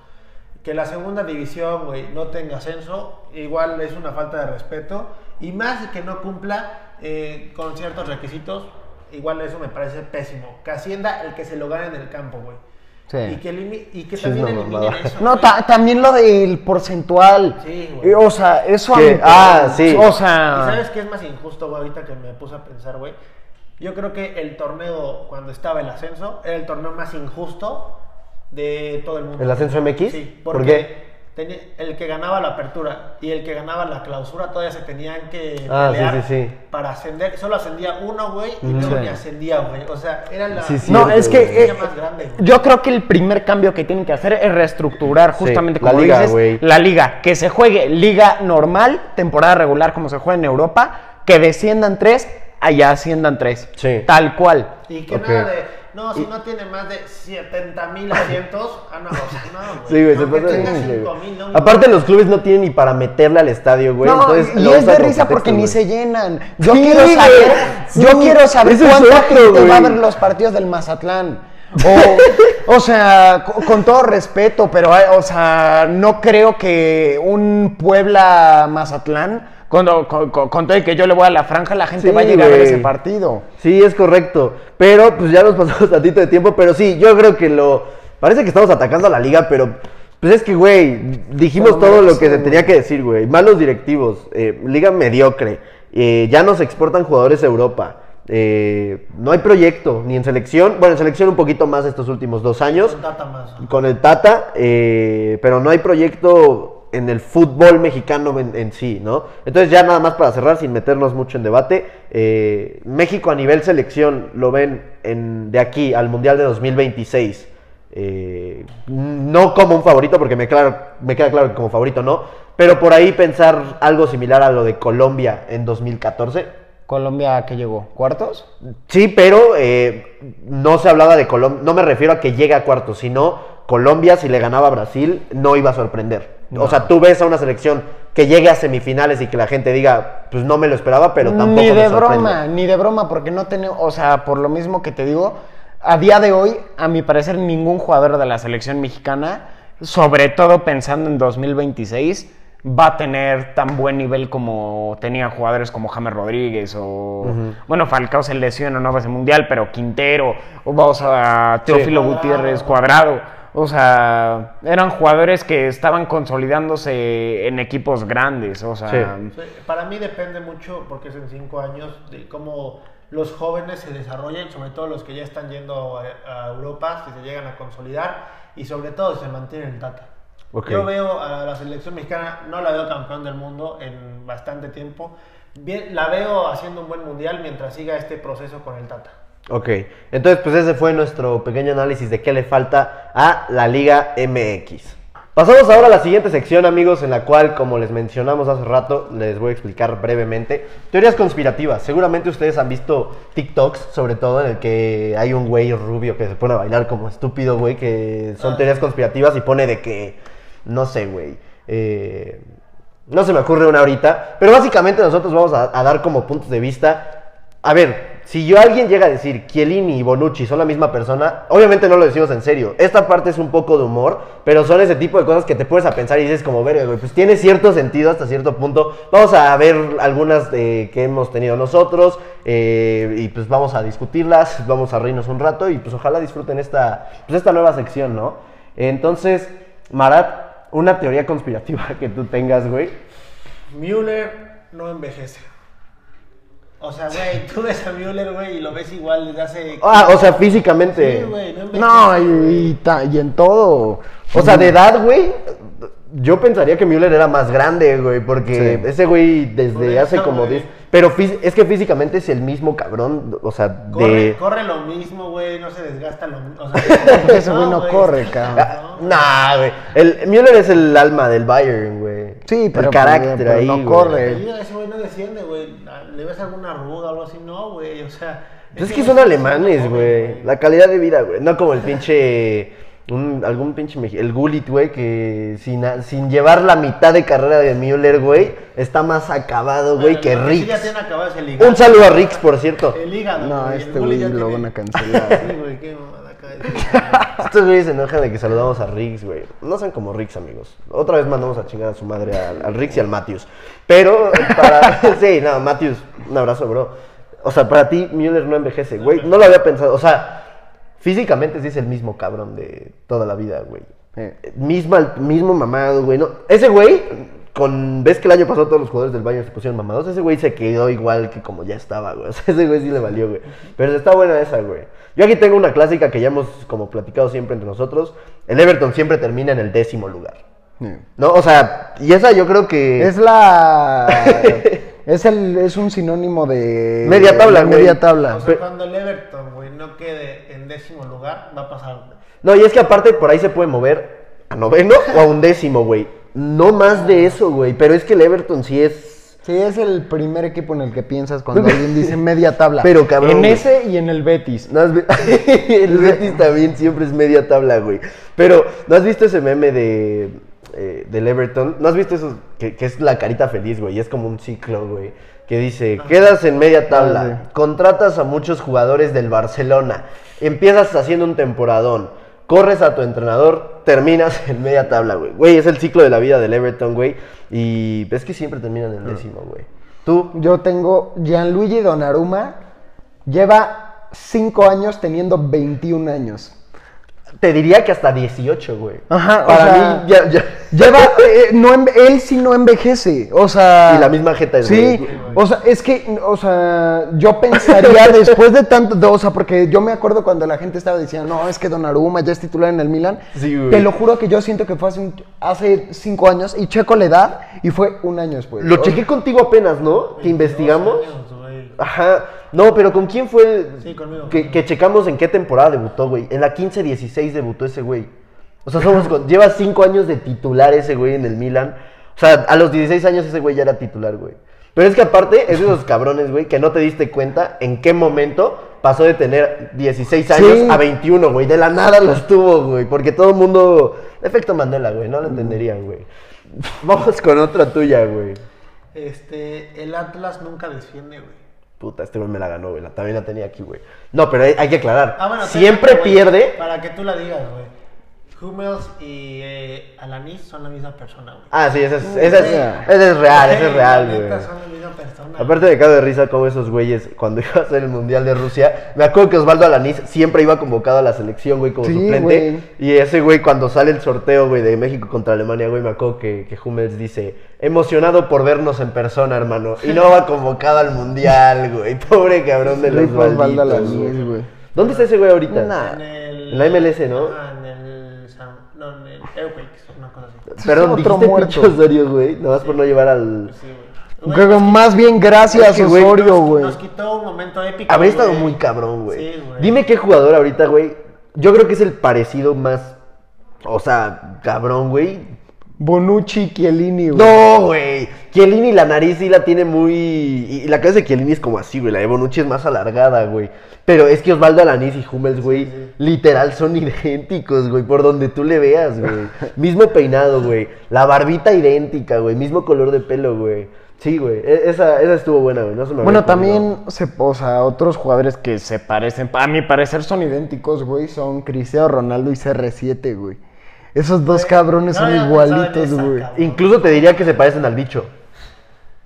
Que la segunda división, güey, no tenga ascenso, igual es una falta de respeto. Y más que no cumpla eh, con ciertos requisitos, igual eso me parece pésimo. Que ascienda el que se lo gane en el campo, güey. Sí. Y que, elimi- y que Sí, es también una eliminen mamada. eso. No, güey. ta- también lo del porcentual. Sí, güey. Eh, O sea, eso a Que- mí- ah, sí. O ¿Y sabes sea, qué es más injusto, güey? Ahorita que me puse a pensar, güey. Yo creo que el torneo, cuando estaba el ascenso, era el torneo más injusto de todo el mundo. ¿El ascenso MX? Sí, ¿Por porque qué? tenía- el que ganaba la apertura y el que ganaba la clausura todavía se tenían que Ah, sí, pelear sí, sí. para ascender. Solo ascendía uno, güey, y Ujú. luego Sí. ni ascendía, güey. O sea, era la Sí, sí, no, cierto, es que güey. eh, más grande, güey. yo creo que el primer cambio que tienen que hacer es reestructurar justamente la como liga, dices, güey. la liga, que se juegue liga normal, temporada regular como se juega en Europa, que desciendan tres, allá asciendan tres, Sí. tal cual. Y que Ok. nada de, no, si no tiene más de 70 mil asientos, ah, no, o sea, no, güey. Sí, güey, se Aunque pasa de tenga pinche, güey. 5,000, no, Aparte, los clubes no tienen ni para meterle al estadio, güey. no, entonces, y lo es usan de como risa pretexto, porque ni güey. se llenan. Yo Sí, quiero güey, saber, sí, yo quiero saber ese es cuánta otro, gente va a ver güey. los partidos del Mazatlán. O, o sea, co- con todo respeto, pero eh, o sea, no creo que un Puebla Mazatlán, cuando, con, con- con todo y que yo le voy a la franja, la gente Sí, va a llegar a ver güey. ese partido. Sí, es correcto. Pero, pues ya nos pasamos tantito de tiempo. Pero sí, yo creo que lo. Parece que estamos atacando a la liga, pero. Pues es que, güey, dijimos Pero, todo hombre, lo que sí, se tenía que decir, güey. Malos directivos, eh, liga mediocre. eh, ya nos exportan jugadores a Europa. eh, no hay proyecto, ni en selección. Bueno, en selección un poquito más estos últimos dos años Con Tata más. con el Tata, eh, pero no hay proyecto en el fútbol mexicano en, en sí, ¿no? Entonces ya nada más para cerrar, sin meternos mucho en debate, eh, México a nivel selección lo ven en- de aquí al Mundial de 2026. eh, no como un favorito, porque me, clar- me queda claro que como favorito no, pero por ahí pensar algo similar a lo de Colombia en 2014. Colombia, ¿qué llegó? ¿Cuartos? Sí, pero eh, no se hablaba de Colombia, no me refiero a que llegue a cuartos, sino Colombia si le ganaba a Brasil no iba a sorprender. O sea, tú ves a una selección que llegue a semifinales y que la gente diga, pues no me lo esperaba, pero tampoco ni me de sorprende. broma, ni de broma, porque no tenemos, o sea, por lo mismo que te digo, a día de hoy, a mi parecer, ningún jugador de la selección mexicana, sobre todo pensando en 2026, va a tener tan buen nivel como tenían jugadores como James Rodríguez o, bueno, Falcao se lesiona, no va a ser mundial, pero Quintero, o vamos a Teófilo Gutiérrez, Cuadrado. O sea, eran jugadores que estaban consolidándose en equipos grandes, o sea, Sí. Sí, Para mí depende mucho, porque es en cinco años, de cómo los jóvenes se desarrollan, sobre todo los que ya están yendo a, a Europa, si se llegan a consolidar y sobre todo si se mantiene el Tata. Ok. Yo veo a la selección mexicana, no la veo campeón del mundo en bastante tiempo. Bien, la veo haciendo un buen mundial mientras siga este proceso con el Tata. Ok, entonces pues ese fue nuestro pequeño análisis de qué le falta a la Liga MX. Pasamos ahora a la siguiente sección, amigos, en la cual, como les mencionamos hace rato, les voy a explicar brevemente. Teorías conspirativas. Seguramente ustedes han visto TikToks, sobre todo, en el que hay un güey rubio que se pone a bailar como estúpido, güey, que son teorías conspirativas y pone de que, no sé, güey. eh, no se me ocurre una ahorita, pero básicamente nosotros vamos a, a dar como puntos de vista a ver, si yo alguien llega a decir Chiellini y Bonucci son la misma persona, obviamente no lo decimos en serio. Esta parte es un poco de humor, pero son ese tipo de cosas que te puedes a pensar y dices como, verga, güey, pues tiene cierto sentido hasta cierto punto. Vamos a ver algunas eh, que hemos tenido nosotros eh, y pues vamos a discutirlas, vamos a reírnos un rato y pues ojalá disfruten esta, pues, esta nueva sección, ¿no? Entonces, Marat, una teoría conspirativa que tú tengas, güey. Müller no envejece. O sea, güey, tú ves a Müller, güey, y lo ves igual desde hace... Ah, o sea, físicamente. Sí, güey, no envejece. No, y, y ta- y en todo. O sea, de edad, güey, yo pensaría que Müller era más grande, güey, porque Sí. ese güey desde Por hace eso, como güey. 10... Pero fí- es que físicamente es el mismo cabrón, o sea, Corre, de... corre lo mismo, güey, no se desgasta lo mismo. O sea, Ese güey no corre, cabrón. No. Nah, güey. El Müller es el alma del Bayern, güey. Sí, pero- el carácter pero ahí, no güey. corre. Te digo, Ese güey no desciende, güey. ¿Le ves alguna arruga o algo así? No, güey, o sea... Pues es ese que güey son sí alemanes, joven, güey. La calidad de vida, güey. No como el pinche. un- algún pinche. meji- El Gullit, güey, que sin, a- sin llevar la mitad de carrera de Müller, güey, está más acabado, güey, Bueno, que lo sí ya Rix. tiene acabado es el hígado. Un saludo a Rix, por cierto. El hígado, No, güey, el este bully güey ya lo tiene- van a cancelar. Sí, güey, qué mamada acá de- Estos güeyes se enojan de que saludamos a Riggs, güey. No sean como Riggs, amigos. Otra vez mandamos a chingar a su madre al, al Riggs y al Matthews. Pero, para. sí, no, Matthews, un abrazo, bro. O sea, para ti, Müller no envejece, güey. No lo había pensado. O sea, físicamente sí es el mismo cabrón de toda la vida, güey. Eh, Misma, mismo mamado, güey. No, ese güey, con. ¿Ves que el año pasado todos los jugadores del Bayern se pusieron mamados? Ese güey se quedó igual que como ya estaba, güey. O sea, ese güey sí le valió, güey. Pero está buena esa, güey. Yo aquí tengo una clásica que ya hemos como platicado siempre entre nosotros. El Everton siempre termina en el décimo lugar. eh. ¿No? O sea, y esa yo creo que. Es la. es, el, es un sinónimo de. eh, Media tabla, güey. Media tabla. O sea, Pero- cuando el Everton, güey, no quede en décimo lugar, va a pasar. No, y es que aparte por ahí se puede mover a noveno o a undécimo, güey. No más de eso, güey. Pero es que el Everton sí es. Sí, es el primer equipo en el que piensas cuando alguien dice media tabla. Pero, cabrón, En güey. ese y en el Betis. ¿No has vi- el Betis también siempre es media tabla, güey. Pero, ¿no has visto ese meme de eh, del Everton? ¿No has visto eso? Que, que es la carita feliz, güey. y Es como un ciclo, güey. Que dice, quedas en media Ah, tabla, contratas a muchos jugadores del Barcelona, empiezas haciendo un temporadón, corres a tu entrenador, terminas en media tabla, güey. Güey, es el ciclo de la vida del Everton, güey. Y es que siempre terminan Ah. en décimo, güey. Tú, Yo tengo Gianluigi Donnarumma. Lleva 5 años teniendo 21 años. Te diría que hasta 18, güey. Ajá, o Para sea, mí, ya, ya. Lleva, eh, no enve- él sí no envejece, o sea... Y la misma jeta es Sí, güey. o sea, es que, o sea, yo pensaría después de tanto, de- o sea, porque yo me acuerdo cuando la gente estaba diciendo, no, es que Donnarumma ya es titular en el Milan. Sí, güey. Te lo juro que yo siento que fue hace, un- hace cinco años y Checo le da y fue un año después. Lo O- chequé contigo apenas, ¿no? Que investigamos. Ajá. No, pero ¿con quién fue? el- Sí, conmigo. Que, que checamos en qué temporada debutó, güey. En la 15-16 debutó ese güey. O sea, somos con- lleva 5 años de titular ese güey en el Milan. O sea, a los 16 años ese güey ya era titular, güey. Pero es que aparte es de esos cabrones, güey, que no te diste cuenta en qué momento pasó de tener 16 años Sí. a 21, güey. De la nada los tuvo, güey. Porque todo el mundo... Efecto Mandela, güey. No lo entenderían, güey. Vamos con otra tuya, güey. Este, el Atlas nunca defiende, güey. Puta, este güey me la ganó, güey. La- también la tenía aquí, güey. No, pero hay, hay que aclarar. Ah, bueno, Siempre espérate, güey, Ah. pierde. Para que tú la digas, güey. Hummels y eh, Alanis son la misma persona, güey. Ah, sí, ese es, ese es, Güey. ese es real, ese Güey, es real, la neta, güey. Son la misma persona. Aparte me cago de risa como esos güeyes cuando iba a hacer el Mundial de Rusia. Me acuerdo que Osvaldo Alanís siempre iba convocado a la selección, güey, como Sí, suplente. güey. Y ese güey cuando sale el sorteo, güey, de México contra Alemania, güey, me acuerdo que, que Hummels dice, emocionado por vernos en persona, hermano. Y no va convocado al Mundial, güey. Pobre cabrón de los Rifa Osvaldo malditos, Alanís, güey. güey. ¿Dónde está ese güey ahorita? Nah. En el- En la MLS, ¿no? Ah, en el. Sam- No, en el Airquakes, una cosa así. Perdón, Otro dijiste muerto. pinche Osorio, güey. Nada más por no llevar al... Sí, güey. Güey, Creo que más bien gracias, Es que, güey, Osorio, nos, güey. nos quitó un momento épico. Habría estado güey. muy cabrón, güey. Sí, güey. Dime qué jugador ahorita, güey. Yo creo que es el parecido más... O sea, cabrón, güey. Bonucci, Chiellini, güey. No, güey. Chiellini la nariz sí la tiene muy... Y y la cabeza de Chiellini es como así, güey. La de Bonucci es más alargada, güey. Pero es que Osvaldo Alanís y Hummels, güey, literal son idénticos, güey. Por donde tú le veas, güey. mismo peinado, güey. La barbita idéntica, güey. Mismo color de pelo, güey. Sí, güey. E- Esa, esa estuvo buena, güey. No se me había Bueno, ocurrido. también se, o sea, otros jugadores que se parecen, a mi parecer son idénticos, güey, son Cristiano Ronaldo y CR7, güey. Esos dos no cabrones son había pensado en igualitos, esa, güey. cabrón. Incluso te diría que se parecen al bicho.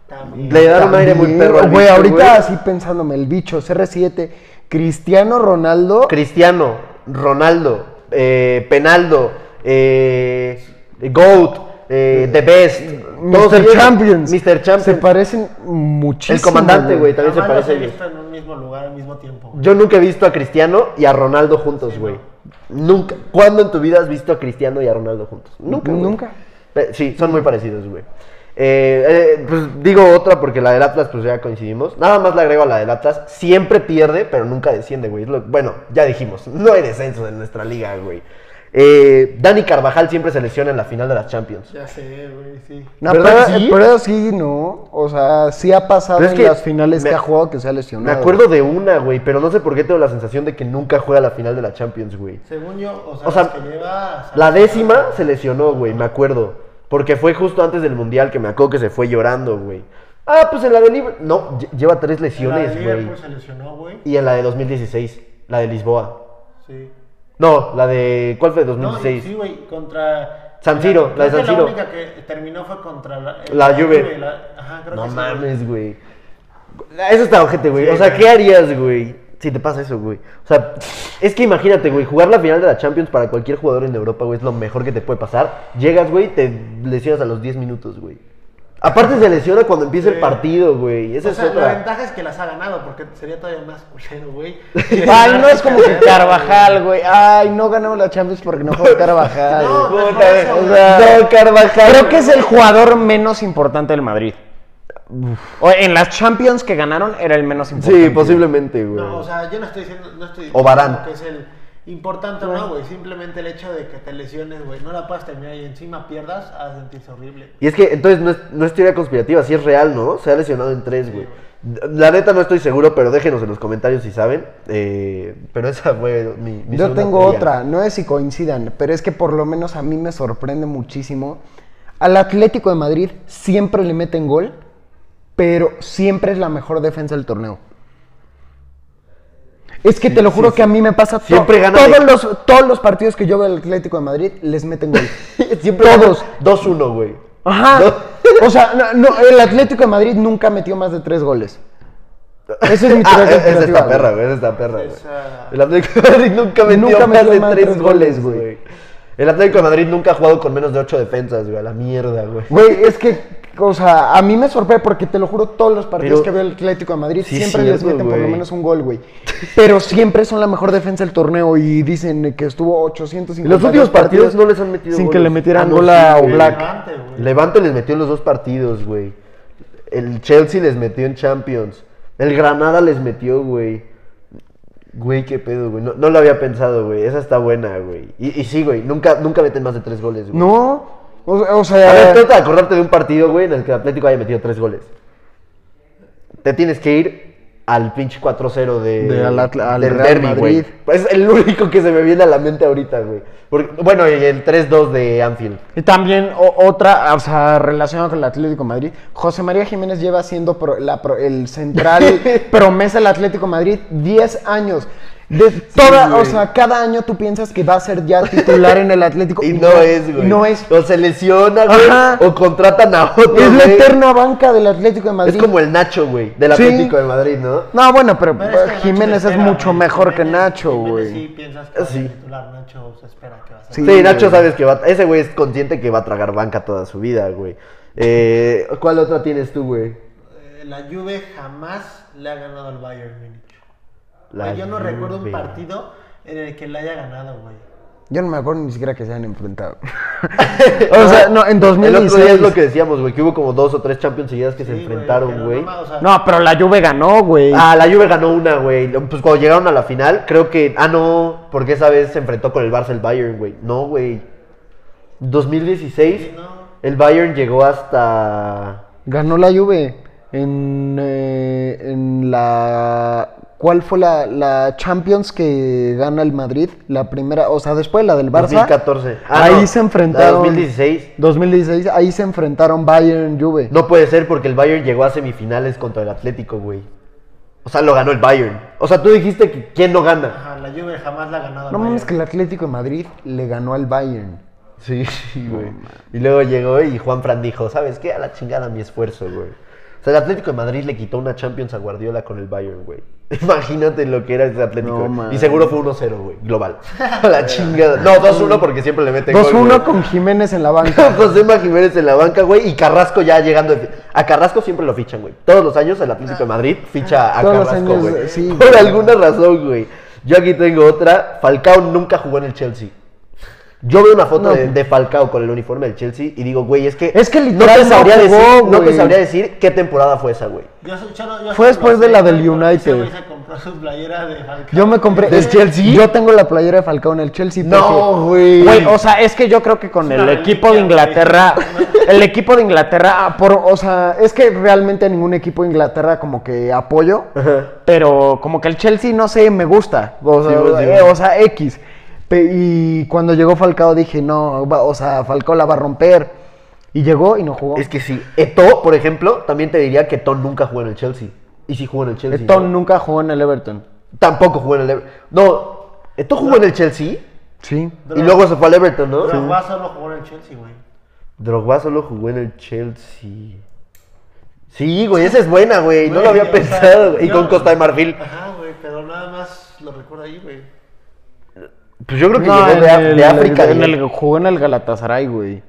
También. Le dan un aire muy También, perro al Güey, bicho, ahorita güey. así pensándome, el bicho, CR7, Cristiano Ronaldo, Cristiano, Ronaldo, eh, Penaldo, eh, Goat, eh, The Best, todos Mr. ellos- Champions. Mr. Champions. Se parecen muchísimo. el comandante, güey, también se Jamás los parece. Mm. he güey. visto en un mismo lugar al mismo tiempo. güey. Yo nunca he visto a Cristiano y a Ronaldo juntos, güey. Nunca. ¿Cuándo en tu vida has visto a Cristiano y a Ronaldo juntos? Nunca. güey. Nunca. Eh, sí, son muy parecidos, güey. Eh, eh, pues digo otra porque la del Atlas, pues ya coincidimos. Nada más le agrego a la del Atlas. Siempre pierde, pero nunca desciende, güey. Es lo- Bueno, ya dijimos, no hay descenso en nuestra liga, güey. Eh, Dani Carvajal siempre se lesiona en la final de las Champions. Ya sé, güey, sí. No, pero, eh, ¿Verdad? ¿Sí? pero sí, no. O sea, sí ha pasado Pero es en que las finales me- que ha jugado que se ha Me lesionado. acuerdo de una, güey, pero no sé por qué tengo la sensación de que nunca juega la final de la Champions, güey. Según yo, o sea, O sea, las que lleva. La décima se lesionó, güey, me acuerdo. Porque fue justo antes del mundial que me acuerdo que se fue llorando, güey. Ah, pues en la de Liverpool. No, lle- lleva tres La de lesiones, güey. Liverpool pues, se lesionó, güey. Y en la de 2016, la de Lisboa. Sí. No, la de. ¿Cuál fue? No, 2016. sí, güey, contra. San Siro, la de creo que San Siro. La única que terminó fue contra la. La eh, Juve. la- Ajá, creo no que sí, güey. mames, güey. Eso está ojete, güey. Sí, o sea, güey. ¿qué harías, güey? Si te pasa eso, güey. O sea, es que imagínate, güey, jugar la final de la Champions para cualquier jugador en Europa, güey, es lo mejor que te puede pasar. Llegas, güey, te lesionas a los 10 minutos, güey. Aparte se lesiona cuando empieza el Sí. partido, güey. Esa O es sea, otra. la ventaja es que las ha ganado, porque sería todavía más culero, güey. Ay, no es como que Carvajal, güey. Ay, no ganamos la Champions porque no jugó Carvajal. No, güey. no es por Puta, eso, o güey. sea, no, Carvajal. Creo que es el jugador menos importante del Madrid. O en las Champions que ganaron era el menos importante. Sí, pues, posiblemente, güey. No, o sea, yo no estoy diciendo, no estoy O diciendo Varane. que es el importante, ¿no, güey? Simplemente el hecho de que te lesiones, güey, no la puedas terminar y encima pierdas, a sentirse horrible. Y es que entonces no es, no es teoría conspirativa, sí es real, ¿no? Se ha lesionado en tres, güey. La neta no estoy seguro, pero déjenos en los comentarios si saben. Eh, pero esa fue mi... mi Yo segunda tengo teoría. otra, no es si coincidan, pero es que por lo menos a mí me sorprende muchísimo. Al Atlético de Madrid siempre le meten gol, pero siempre es la mejor defensa del torneo. Es que te lo juro que a mí me pasa to- Siempre gana todos de- los todos los partidos que yo veo al Atlético de Madrid les meten gol. Siempre Todos. Dos, 2-1, güey. Ajá. Dos- O sea, no, no, el Atlético de Madrid nunca metió más de tres goles. Esa es mi Ah, teoría es conspirativa, esta güey. perra, güey. Es esta perra, güey. Esa- El Atlético de Madrid nunca metió Nunca más metió de más de tres tres goles, goles, güey. El Atlético de Madrid nunca ha jugado con menos de ocho defensas, güey. A la mierda, güey. Güey, es que, o sea, a mí me sorprende porque te lo juro, todos los partidos Pero- que veo el Atlético de Madrid Sí, siempre les cierto, meten por lo güey. menos un gol, güey. Pero siempre son la mejor defensa del torneo y dicen que estuvo 850. Los últimos partidos no les han metido Sin que goles. le metieran Ah, no, gol a sí, güey. Oblak. Levante, güey. Levante les metió en los dos partidos, güey. El Chelsea les metió en Champions. El Granada les metió, güey. Güey, qué pedo, güey. No, no lo había pensado, güey. Esa está buena, güey. Y, y sí, güey. Nunca, nunca meten más de tres goles, güey. No, o, o A sea. eh, ver, trata de acordarte de un partido, güey, en el que el Atlético haya metido tres goles. Te tienes que ir al pinche 4-0 de, De al Atl- al del Real derbi, Madrid. güey. Es el único que se me viene a la mente ahorita, güey. Porque- bueno, y el 3-2 de Anfield. Y también o- otra, o sea, relacionada con el Atlético de Madrid, José María Jiménez lleva siendo pro- la pro- el central promesa del Atlético de Madrid 10 años. De toda, o güey. sea, cada año tú piensas que va a ser ya titular en el Atlético Y no es, güey. No es. O se lesiona, güey. Ajá. O contratan a otro. Es la güey. eterna banca del Atlético de Es Madrid. como el Nacho, güey, del Sí. Atlético de Madrid, ¿no? No, bueno, pero, Pero es que Nacho Jiménez se es espera, mucho güey. mejor que Jiménez- Nacho, Jiménez Sí, güey. piensas que va a ser Sí. titular, Nacho se espera que va a ser. Sí, Sí, güey. Nacho sabes que va. Ese güey es consciente que va a tragar banca toda su vida, güey. Eh, ¿Cuál otra tienes tú, güey? Eh, La Juve jamás le ha ganado al Bayern Múnich. La Güey, yo no recuerdo un Juve. partido en el que le haya ganado, güey. Yo no me acuerdo ni siquiera que se han enfrentado. o sea, no, en 2016. El otro día es lo que decíamos, güey, que hubo como dos o tres Champions seguidas que Sí, se güey, pero enfrentaron, güey. No, ma- o sea, No, pero la Juve ganó, güey. Ah, la Juve ganó una, güey. Pues cuando llegaron a la final, creo que. Ah, no, porque esa vez se enfrentó con el Barça el Bayern, güey. No, güey. 2016, sí, no. el Bayern llegó hasta. Ganó la Juve en, eh, en la... ¿Cuál fue la, la Champions que gana el Madrid? La primera, o sea, después de la del Barça. 2014. Ah, ahí no, se la enfrentaron... 2016. 2016, ahí se enfrentaron Bayern-Juve. No puede ser porque el Bayern llegó a semifinales contra el Atlético, güey. O sea, lo ganó el Bayern. O sea, tú dijiste que quién no gana. Ajá, la Juve jamás la ha ganado. al No mames Bayern. que el Atlético de Madrid le ganó al Bayern. Sí, sí, güey. Y luego llegó y Juan Fran dijo, ¿sabes qué? A la chingada mi esfuerzo, güey. O sea, el Atlético de Madrid le quitó una Champions a Guardiola con el Bayern, güey. Imagínate lo que era ese Atlético. No, y seguro fue 1-0, güey, global. A la chingada. No, 2-1 porque siempre le mete 2-1 gol, con Jiménez en la banca. güey. Josema Jiménez en la banca, güey, y Carrasco ya llegando. de fi- A Carrasco siempre lo fichan, güey. Todos los años el Atlético de Madrid ficha a Todos los Carrasco, años, güey. sí, Por güey. alguna razón, güey. Yo aquí tengo otra. Falcao nunca jugó en el Chelsea. Yo veo una foto No. de, de Falcao con el uniforme del Chelsea y digo, güey, es que. Es que no literal te no sabría, jugó, decir, no te güey. sabría decir qué temporada fue esa, güey. Yo so- yo no- yo Fue solo después de sé, la del porque ese güey United. se compró su playera de Falcao. Yo me compré. ¿Del Chelsea? Yo tengo la playera de Falcao en el Chelsea. No, porque- güey. O sea, es que yo creo que con Es el una equipo de reliquia, Inglaterra. El equipo de Inglaterra. ah, Por, o sea, es que realmente a ningún equipo de Inglaterra como que apoyo. Pero como que el Chelsea, no sé, me gusta. O sea, Sí, güey, sí, eh, güey. o sea, X. Pe- Y cuando llegó Falcao dije, no, va- o sea, Falcao la va a romper. Y llegó y no jugó. Es que sí. Eto, por ejemplo, también te diría que Ton nunca jugó en el Chelsea. Y sí jugó en el Chelsea. Eton ¿no? nunca jugó en el Everton. Tampoco jugó en el Everton. No, Eto jugó en el Chelsea Sí. y luego se fue al Everton, ¿no? Drogba solo jugó en el Chelsea, güey. Drogba solo jugó en el Chelsea. Sí, güey, esa es buena, güey. No Güey, lo había o sea, pensado. güey. Y yo- con Costa de Marfil. Ajá, güey, pero nada más lo recuerdo ahí, güey. Pues yo creo que No, llegó en de, Af- el- de África. en güey. el- jugó en el Galatasaray, güey.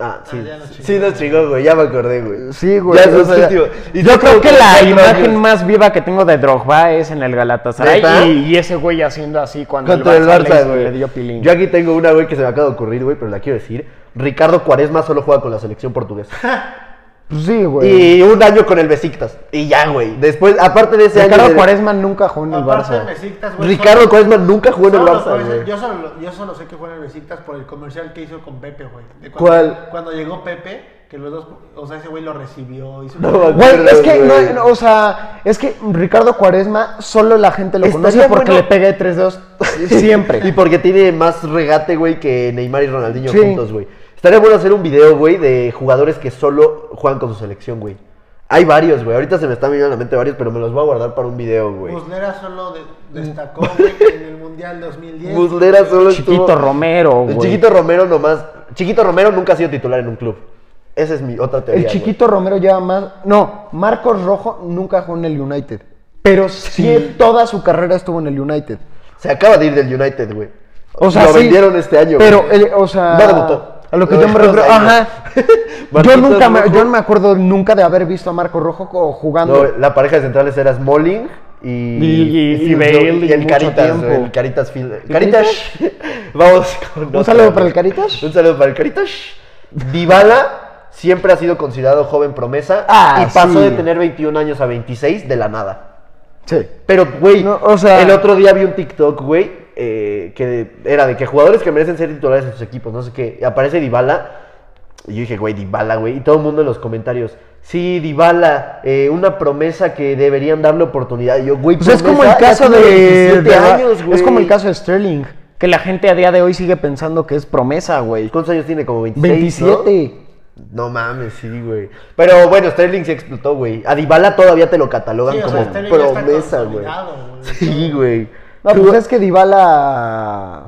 Ah, sí. Ah, ya nos chingó. sí, nos chingó, güey. Ya me acordé, güey. Sí, güey. Ya es o sea, último. Y yo tú creo como que la cuatro imagen años. más viva que tengo de Drogba es en el ¿Neta? Galatasaray. Y, y ese güey haciendo así cuando Contra el Barça, le- güey. le dio pilín. Yo aquí tengo una, güey, que se me acaba de ocurrir, güey, pero la quiero decir. Ricardo Cuaresma solo juega con la selección portuguesa. Pues sí, güey. y un año con el Besiktas. Y ya, güey. Después, aparte de ese año. Ricardo de- Cuaresma nunca jugó en Ah, el Aparte de Barça. Besiktas, güey. Ricardo solo- Cuaresma nunca jugó en el solo Barça, fue- güey. yo, solo, yo solo sé que fue en el Besiktas por el comercial que hizo con Pepe, güey. De cuando- ¿Cuál? Cuando llegó Pepe, que los dos, o sea, ese güey lo recibió. Hizo No, güey. Güey, es que, no, güey. no, o sea, es que Ricardo Cuaresma solo la gente lo Estaría conoce porque bueno- le pega de 3-2 siempre. Y porque tiene más regate, güey, que Neymar y Ronaldinho Sí. juntos, güey. Estaría bueno hacer un video, güey, de jugadores que solo juegan con su selección, güey. Hay varios, güey. Ahorita se me están viniendo a la mente varios, pero me los voy a guardar para un video, güey. Muslera solo de- destacó, güey, en el Mundial 2010. Muslera solo Chiquito estuvo- Romero, El güey. Chiquito Romero nomás. Chiquito Romero nunca ha sido titular en un club. Esa es mi otra teoría. El güey. chiquito Romero lleva más. No, Marcos Rojo nunca jugó en el United. Pero sí, toda su carrera estuvo en el United. Se acaba de ir del United, güey. O sea, lo sí, vendieron este año. Pero, güey. el- o sea. No debutó. A lo que Lo yo me dejamos refiero. ahí, ¿no? Ajá. yo Marquitos nunca me, Rojo. yo no me acuerdo nunca de haber visto a Marco Rojo co- jugando. No, la pareja de centrales era Smalling y, Y- y- y Phil Bale, Jones, y el mucho Caritas, tiempo. güey, el Caritas Phil- ¿Y Caritas. Vamos con otra, saludo güey. para el Caritas. Un saludo para el Caritas. Dybala siempre ha sido considerado joven promesa Ah, y pasó sí. de tener 21 años a 26 de la nada. Sí. Pero, güey, No, o sea- el otro día vi un TikTok, güey, eh, que era de que jugadores que merecen ser titulares en sus equipos, no sé qué, y aparece Dybala, y yo dije, güey, Dybala, güey, y todo el mundo en los comentarios, sí, Dybala, eh, una promesa que deberían darle oportunidad, y yo, güey, Pues es como el promesa, ya caso tiene de, 17 de- años, güey. es como el caso de Sterling, que la gente a día de hoy sigue pensando que es promesa, güey. ¿Cuántos años tiene? Como 26, 27. ¿no? No mames, sí, güey. Pero bueno, Sterling se explotó, güey. A Dybala todavía te lo catalogan Sí, o sea, como Sterling ya está promesa, güey. consolidado, güey. Sí, güey. No, Tú- pues es que Dybala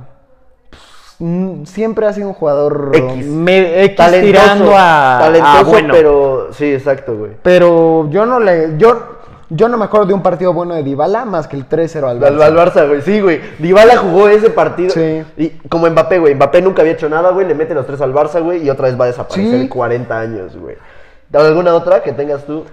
pues, mm, siempre ha sido un jugador X. me- X tirando a talentoso, a bueno. pero sí, exacto, güey. Pero yo no le yo yo no me acuerdo de un partido bueno de Dybala más que el 3-0 al Al, Barça. al Barça, güey. Sí, güey. Dybala jugó ese partido. Sí. Y como Mbappé, güey. Mbappé nunca había hecho nada, güey. Le mete los tres al Barça, güey. Y otra vez va a desaparecer Sí. 40 años, güey. ¿Alguna otra que tengas tú?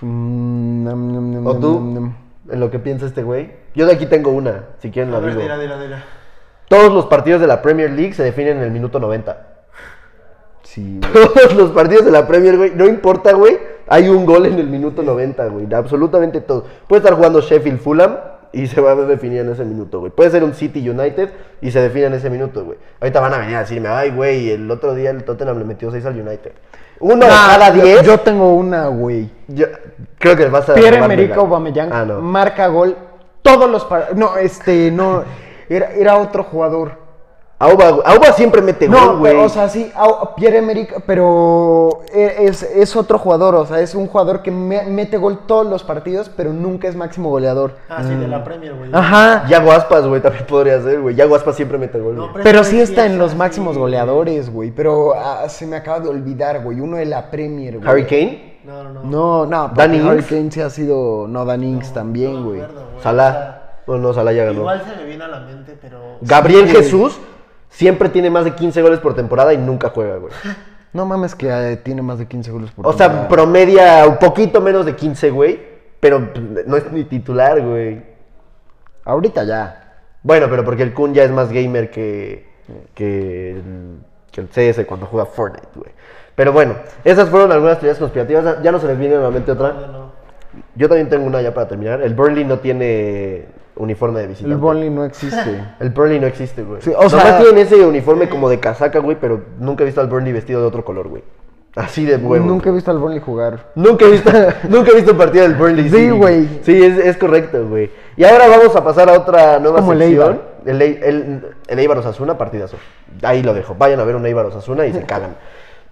Mm, nam, nam, nam, ¿O nam, tú? nam, nam. En lo que piensa este güey. Yo de aquí tengo una, si quieren A la ver, digo. dila, dila, dila. Todos los partidos de la Premier League se definen en el minuto 90. Sí. Todos los partidos de la Premier, güey, no importa, güey, hay un gol en el minuto 90, güey, de absolutamente todo. Puede estar jugando Sheffield Fulham y se va a definir en ese minuto, güey. Puede ser un City United y se define en ese minuto, güey. Ahorita van a venir a decirme, ay, güey, el otro día el Tottenham le metió 6 al United. Uno de Nah, cada yo- 10. Yo tengo una, güey. yo creo que vas a. Pierre llevármela. Emerick Aubameyang Ah, no. marca gol todos los par- no este no era, era otro jugador Auba, Auba siempre mete no gol, güey. o sea sí Au- Pierre Emerick pero e, es, es otro jugador o sea es un jugador que me- mete gol todos los partidos pero nunca es máximo goleador Ah, sí, de Mm. la Premier, güey. ajá Yago Aspas, güey, también podría ser, güey. Yago Aspas siempre mete gol. No, güey. pero Premier sí está en los así. máximos goleadores güey pero ah, se me acaba de olvidar güey uno de la Premier güey Harry Kane, No, no, no. no no porque Danny Harry Ings. Kane sí ha sido no Dan Ings no también me güey acuerdo, güey. O Salah. sea, No, no, Salah ya ganó. Igual se me viene a la mente, pero. Gabriel Sí, güey. Jesús siempre tiene más de 15 goles por temporada y nunca juega, güey. no mames que eh, tiene más de 15 goles por O sea, temporada. promedia un poquito menos de 15, güey, pero pues, no es ni titular, güey. Ahorita ya. Bueno, pero porque el Kun ya es más gamer que, que, el- que el CS cuando juega Fortnite, güey. Pero bueno, esas fueron algunas teorías conspirativas. Ya no se les viene nuevamente No, otra. no. Yo también tengo una ya para terminar. El Burnley no tiene uniforme de visitante. El bowling no existe. El Burnley no existe, güey. Sí, o o sea, sea- tienen ese uniforme como de casaca, güey, pero nunca he visto al Burnley vestido de otro color, güey. Así de huevo. Nunca he visto al bowling jugar. Nunca he visto, nunca he visto un partido del Burnley. Sí, güey. Sí, es, es correcto, güey. Y ahora vamos a pasar a otra nueva como el sección. El, Ei- el, el Eibar Osasuna, partidazo. Ahí lo dejo. Vayan a ver un Eibar Osasuna y se cagan.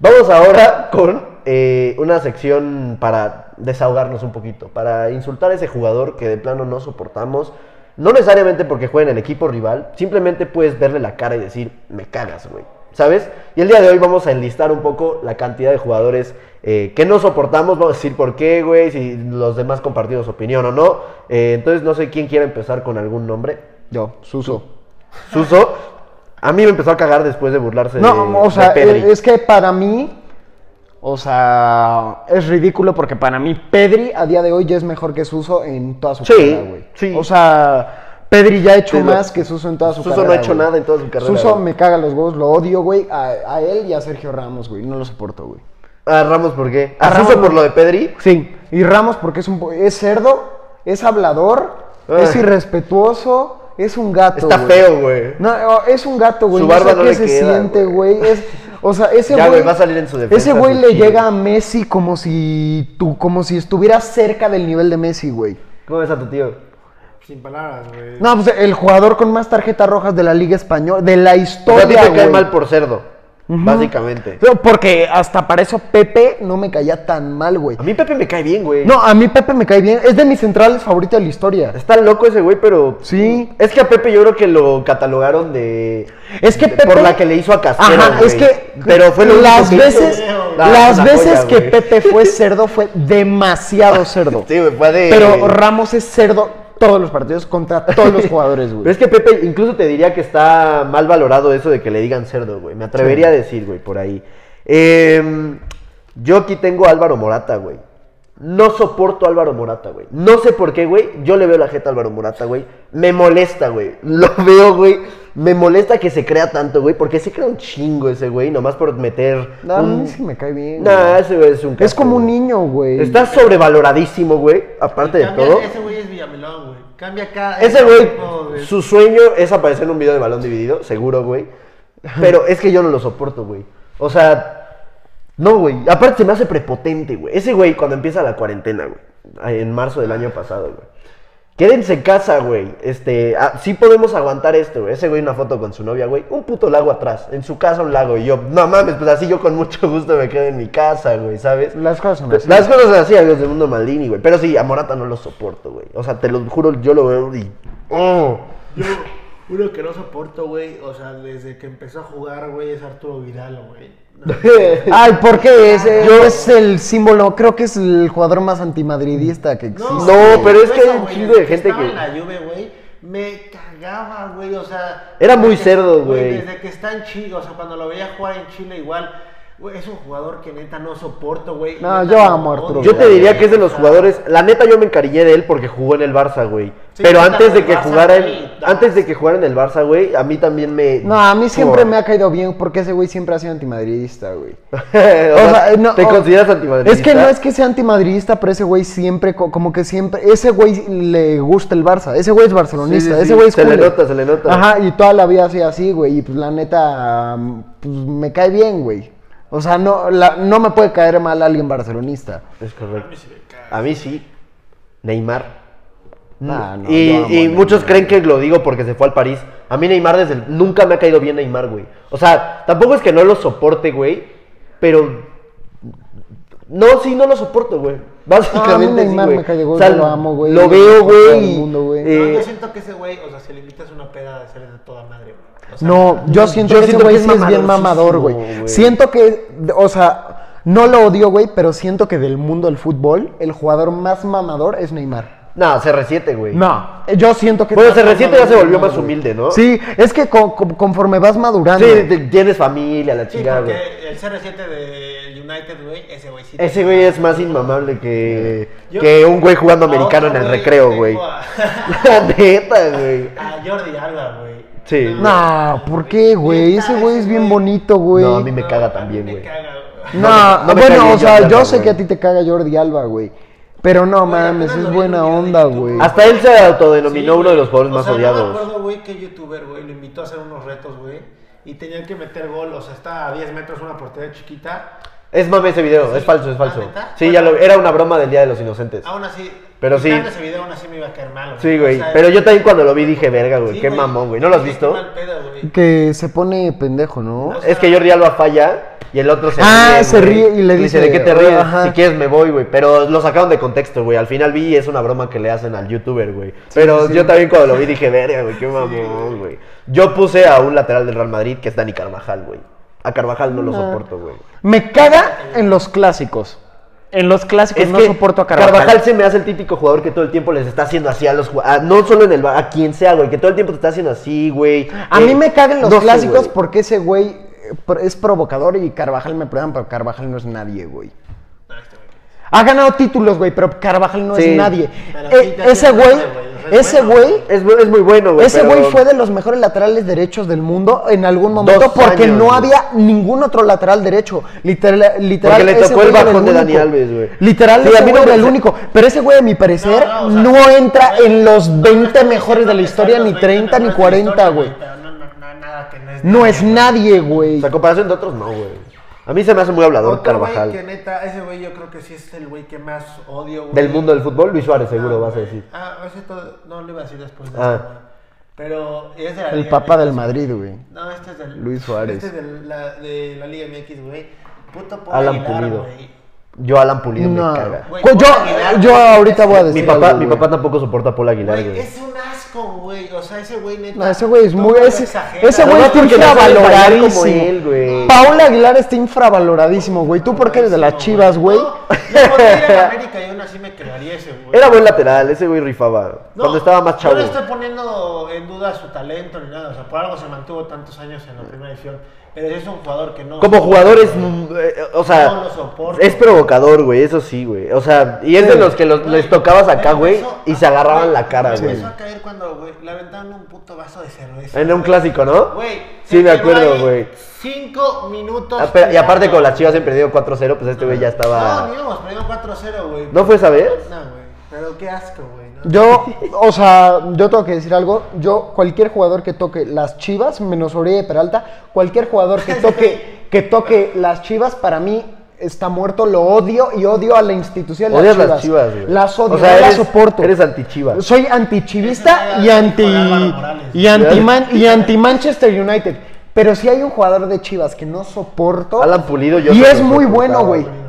Vamos ahora con eh, una sección para desahogarnos un poquito, para insultar a ese jugador que de plano no soportamos. No necesariamente porque juegue en el equipo rival, simplemente puedes verle la cara y decir, me cagas, güey. ¿Sabes? Y el día de hoy vamos a enlistar un poco la cantidad de jugadores eh, que no soportamos. Vamos a decir por qué, güey, si los demás compartimos opinión o no. Eh, entonces no sé quién quiera empezar con algún nombre. Yo, Suso. Suso, a mí me empezó a cagar después de burlarse de, No, o sea, e, de Pedri. es que para mí, o sea, es ridículo porque para mí Pedri a día de hoy ya es mejor que Suso en toda su Sí, carrera, güey. sí. O sea, Pedri ya ha hecho Sí, lo- más que Suso en toda su Suso no carrera. ha hecho güey. nada en toda su carrera, Suso güey. me caga los huevos, lo odio, güey, a, a él y a Sergio Ramos, güey, no lo soporto, güey. A Ramos, ¿por qué? A, A Ramos, Suso por no. lo de Pedri. Sí, y Ramos porque es un po- es cerdo, es hablador, Ay. es irrespetuoso, es un gato. Está feo, güey. No, o- es un gato, güey. Su no sé barba no qué le se queda, siente, güey. güey. Es- o sea, ese Ya, güey güey, va a salir en su defensa, Ese güey su le chile. llega a Messi como si tú como si estuviera cerca del nivel de Messi, güey. ¿Cómo ves a tu tío? Sin palabras, güey. No, pues el jugador con más tarjetas rojas de la Liga Española, de la O sea, historia, a ti te cae güey. mal por cerdo, básicamente. No, Porque hasta para eso Pepe no me caía tan mal, güey. A mí Pepe me cae bien, güey. No, a mí Pepe me cae bien. Es de mis centrales favoritos de la historia. Está loco ese güey, pero... Sí. Es que a Pepe yo creo que lo catalogaron de... Es que de- Pepe- Por la que le hizo a Castelo, Ajá, güey. es que Pero fue lo único las que hizo. veces, Creo, güey. Nah, es Las una veces joya, que güey. Pepe fue cerdo fue demasiado cerdo. Sí, güey, fue de- Pero Ramos es cerdo todos los partidos contra todos los jugadores, Pero güey. es que Pepe, incluso te diría que está mal valorado eso de que le digan cerdo, güey. Me atrevería a decir, güey, por ahí. Em, yo aquí tengo a Álvaro Morata, güey. No soporto a Álvaro Morata, güey. No sé por qué, güey. Yo le veo la jeta a Álvaro Morata, güey. Me molesta, güey. Lo veo, güey. Me molesta que se crea tanto, güey. Porque se crea un chingo ese, güey. Nomás por meter. No, a mí un- sí me cae bien. Nah, güey. ese güey es un es como un cacho, güey. niño, güey. Está sobrevaloradísimo, güey. Aparte de Cambia- todo. Ese güey es Villamilón, güey. Cambia cada. Ese tipo güey, de- su sueño es aparecer en un video de balón dividido, seguro, güey. Pero es que yo no lo soporto, güey. O sea, no, güey. Aparte se me hace prepotente, güey. Ese güey cuando empieza la cuarentena, güey. En marzo del año pasado, güey. Quédense en casa, güey. Este, ah, sí podemos aguantar esto, güey. Ese güey una foto con su novia, güey. Un puto lago atrás. En su casa un lago. Y yo, no mames, pues así yo con mucho gusto me quedo en mi casa, güey, ¿sabes? Las cosas son así. Las cosas son así, amigos del mundo Maldini, güey. Pero sí, a Morata no lo soporto, güey. O sea, te lo juro, yo lo veo y. ¡Oh! Yo, uno que no soporto, güey. O sea, desde que empezó a jugar, güey, es Arturo Vidal, güey. No. Ay, ¿por qué? Es, eh, es el símbolo, creo que es el jugador más antimadridista que existe. No, pero es que hay un güey, chingo de desde gente estaba que- en la Juve, güey, me cagaba, güey, o sea... Era muy desde- cerdo, güey. Desde que está en Chile, o sea, cuando lo veía jugar en Chile igual, güey, es un jugador que neta no soporto, güey. No, neta yo lo amo a odio, Arturo Yo te Vidal, diría que es de los o sea, jugadores. La neta, yo me encarillé de él porque jugó en el Barça, güey. Sí, Pero neta, antes de el que Barça, jugara en, güey, no. antes de que jugara en el Barça, güey, a mí también me. No, a mí siempre Por- me ha caído bien porque ese güey siempre ha sido antimadridista, güey. o sea, no, ¿Te o- consideras antimadridista? Es que no es que sea antimadridista, pero ese güey siempre, co- como que siempre, ese güey le gusta el Barça, ese güey es barcelonista, Sí, sí, sí, ese güey es se le culé. nota, se le nota. Ajá, y toda la vida ha sido así, güey, y pues la neta, mm, pues me cae bien, güey. O sea, no, la- no me puede caer mal alguien barcelonista. Es correcto. A mí sí. Neymar. Mm, Nah, Ah, no, y yo amo a y Neymar. muchos creen que lo digo porque se fue al París. A mí Neymar desde el- nunca me ha caído bien Neymar, güey. O sea, tampoco es que no lo soporte, güey, pero no, sí, no lo soporto, güey. Básicamente Ah, a mí sí, Neymar güey. me cae de gol, yo lo amo, güey. Lo veo, Todo el güey. y, mundo, güey. No, eh, yo siento que ese güey, o sea, si le invitas una peda de ser de toda madre, güey. O sea, No, yo siento yo que siento ese güey que es sí es bien mamador, mamadorcísimo, güey. güey. Siento que, o sea, no lo odio, güey, pero siento que del mundo del fútbol, el jugador más mamador es Neymar. No, CR7, güey. No, Eh, yo siento que... Bueno, está CR7 ya se mamador, volvió más güey. humilde, ¿no? Sí, es que co- co- conforme vas madurando... Sí, te- tienes familia, la Sí, chingada, güey. porque el CR7 del United, güey, ese güey sí. Ese güey es más inmamable que, Yo- que un güey jugando A otro americano en el güey recreo, tengo güey. a- La neta, güey. A Jordi Alba, güey. Sí. No, ¿por qué, güey? Neta, Ese güey es bien bonito, güey. No, a mí me No, caga a también, mí me güey. caga, no me- No, no me cae bueno, bien o sea, Jordi yo Alba, sé que a güey. ti te caga Jordi Alba, güey. Pero no mames, apenas es lo vi buena en un onda, video de güey. YouTube. Hasta él se autodenominó Sí, uno de los güey. jugadores O más sea, No me odiados. acuerdo, güey, que youtuber, güey, lo invitó a hacer unos retos, güey. Y tenía que meter gol, o sea, está a 10 metros una portería chiquita. Es mame ese video, Sí. es falso, es Ah, falso. ¿neta? Ah, Sí, ya lo era una broma del Día de los Inocentes. Aún así, Pero sí. quitando ese video, aún así me iba a caer mal. Sí, O güey, sea, pero yo también cuando lo vi dije, "Verga, güey, sí, qué mamón, güey." ¿No lo has Sí, visto? qué mal pedo, güey. Que se pone pendejo, ¿no? o sea- Es que Jordi Alba falla y el otro se Ah, ríe. se güey. ríe y le dice, ¿de qué te ríes? ajá. Si quieres me voy, güey. Pero lo sacaron de contexto, güey. Al final vi y es una broma que le hacen al youtuber, güey. Pero yo también cuando lo vi dije, verga, güey, qué mamón, güey. Yo puse a un lateral del Real Madrid que es Dani Carvajal, güey. A Carvajal no lo soporto, güey. Me caga en los clásicos. En los clásicos no soporto a Carvajal. se me hace el típico jugador que todo el tiempo les está haciendo así a los jugadores. No solo en el... ba- A quien sea, güey. Que todo el tiempo te está haciendo así, güey. A Eh, mí me cagan los no sé, clásicos güey. porque ese güey eh, pro- es provocador y Carvajal me prueban, pero Carvajal no es nadie, güey. Ha ganado títulos, güey, pero Carvajal no Sí. es nadie. Pero Eh, sí te hace ese güey, grande, güey, o sea, es ese bueno. güey, Es, es muy bueno, güey. ese pero- güey fue de los mejores laterales derechos del mundo en algún momento Dos porque años, no güey. había ningún otro lateral derecho. Literal, literal Porque le ese tocó el güey era bajón de único. Dani Alves, güey. Literal, Sí, ese a mí güey no era me- el único. Pero ese güey, a mi parecer, No, no, no, o sea, entra güey, en los 20 no, mejores de la no, historia, no, ni no, 30 ni no, no, 40, no, güey. pero No, no, no, nada que no es No nadie, es güey. nadie, güey. O sea, a comparación de otros, no, güey. A mí se me hace muy hablador Otro güey Carvajal. que neta, ese güey yo creo que sí es el güey que más odio, güey. Del mundo del fútbol, Luis Suárez, seguro Ah, vas a güey. decir. Ah, ese todo- no lo iba a decir después de Ah. esto, güey. Pero es de la El Liga papá MX, del güey. Madrid, güey. No, este es del. Luis Suárez. Este es del- la- de la Liga MX, güey. Puto Paul Alan Aguilar, Pulido. güey. Yo, Alan Pulido, No. me caga. Güey, Yo, Paul Aguilar, yo güey, ahorita voy a es- decir Mi papá, algo, mi güey. papá tampoco soporta a Paul Aguilar, Güey, güey. es un asco, asco, güey. O sea, ese güey neta. No, ese güey es todo muy. lo Ese, exagera. ese No, güey no, está porque no sabe bailar infravaloradísimo. como él, güey. Paula Aguilar está infravaloradísimo, güey. Tú porque eres de las chivas, güey. No, yo podría ir a América y aún así me crearía ese güey. Era buen lateral, ese güey rifaba. No, este cuando estaba más chavo. No le estoy poniendo en duda su talento ni nada. O sea, por algo se mantuvo tantos años en la primera edición. Pero es un jugador que no. Como jugador es, mm, eh, o sea, No lo soporto. es provocador, güey, eso sí, güey. O sea, y es de los que los- les tocabas acá, Me güey, empezó y a- se agarraban la cara, me güey. Empezó a caer cuando, güey, le aventaron un puto vaso de cerveza. En un clásico, ¿no? Güey. Sí, se me quedó acuerdo, ahí güey. Cinco minutos. Ah, pero- y aparte tirado. con las chivas he perdido 4-0, pues este güey ya No, estaba... ni íbamos perdiendo 4-0, güey. ¿No fue esa vez? No, güey. Pero qué asco, güey. ¿no? Yo, o sea, yo tengo que decir algo. Yo, cualquier jugador que toque las chivas, menos Oribe Peralta, cualquier jugador que toque, que toque las chivas, para mí está muerto. Lo odio y odio a la institución. de Odias las chivas, güey. Las odio, O sea, no las eres- soporto. eres antichivas. Soy antichivista Eso y era anti. con Álvaro Morales. Y anti, y anti Manchester United. Pero si hay un jugador de chivas que no soporto. Alan Pulido, yo Y se es lo muy soportaba, bueno, güey. güey.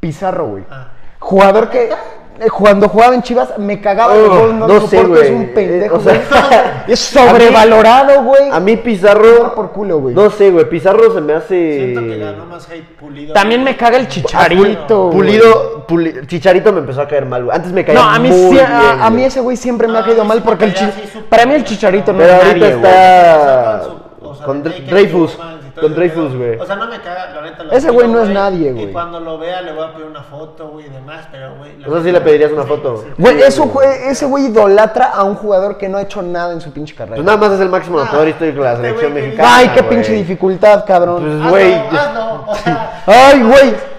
Pizarro, güey. Ah. Jugador que eh, cuando jugaba en Chivas me cagaba de Oh, gol, no, no lo sé, soporto, es güey. un pendejo. Eh, o sea, güey. es a mí- sobrevalorado, güey. A mí Tomar Pizarro... por culo, güey. No sé, güey, Pizarro se me hace... Siento que ganó más hate pulido. También me caga el chicharito. güey. Pulido, Puli- Chicharito me empezó a caer mal, güey. Antes me caía No, a mí, muy sí- bien, a, a mí güey. ese güey siempre me No, ha caído a mí mal sí porque el me caía chi- así súper para mí el mal. chicharito no Pero es ahorita nadie, güey. está O sea, Ah, con de Dr- que Dreyfus, Superman, si todo con ese Dreyfus, pedo. güey. O sea, no me caga, la neta. lo Ese admiro, güey no es nadie, güey. Y cuando lo vea le voy a pedir una foto, güey, y demás, pero, güey. la O sea, sí neta- le pedirías una foto. Güey, es un jue- ese güey idolatra a un jugador que no ha hecho nada en su pinche Pues carrera. nada más es el máximo anotador histórico de la este selección güey que- mexicana. Ay, qué güey. pinche dificultad, cabrón. Pues, Hazlo, güey. hazlo, ah, o sea, Ay, güey.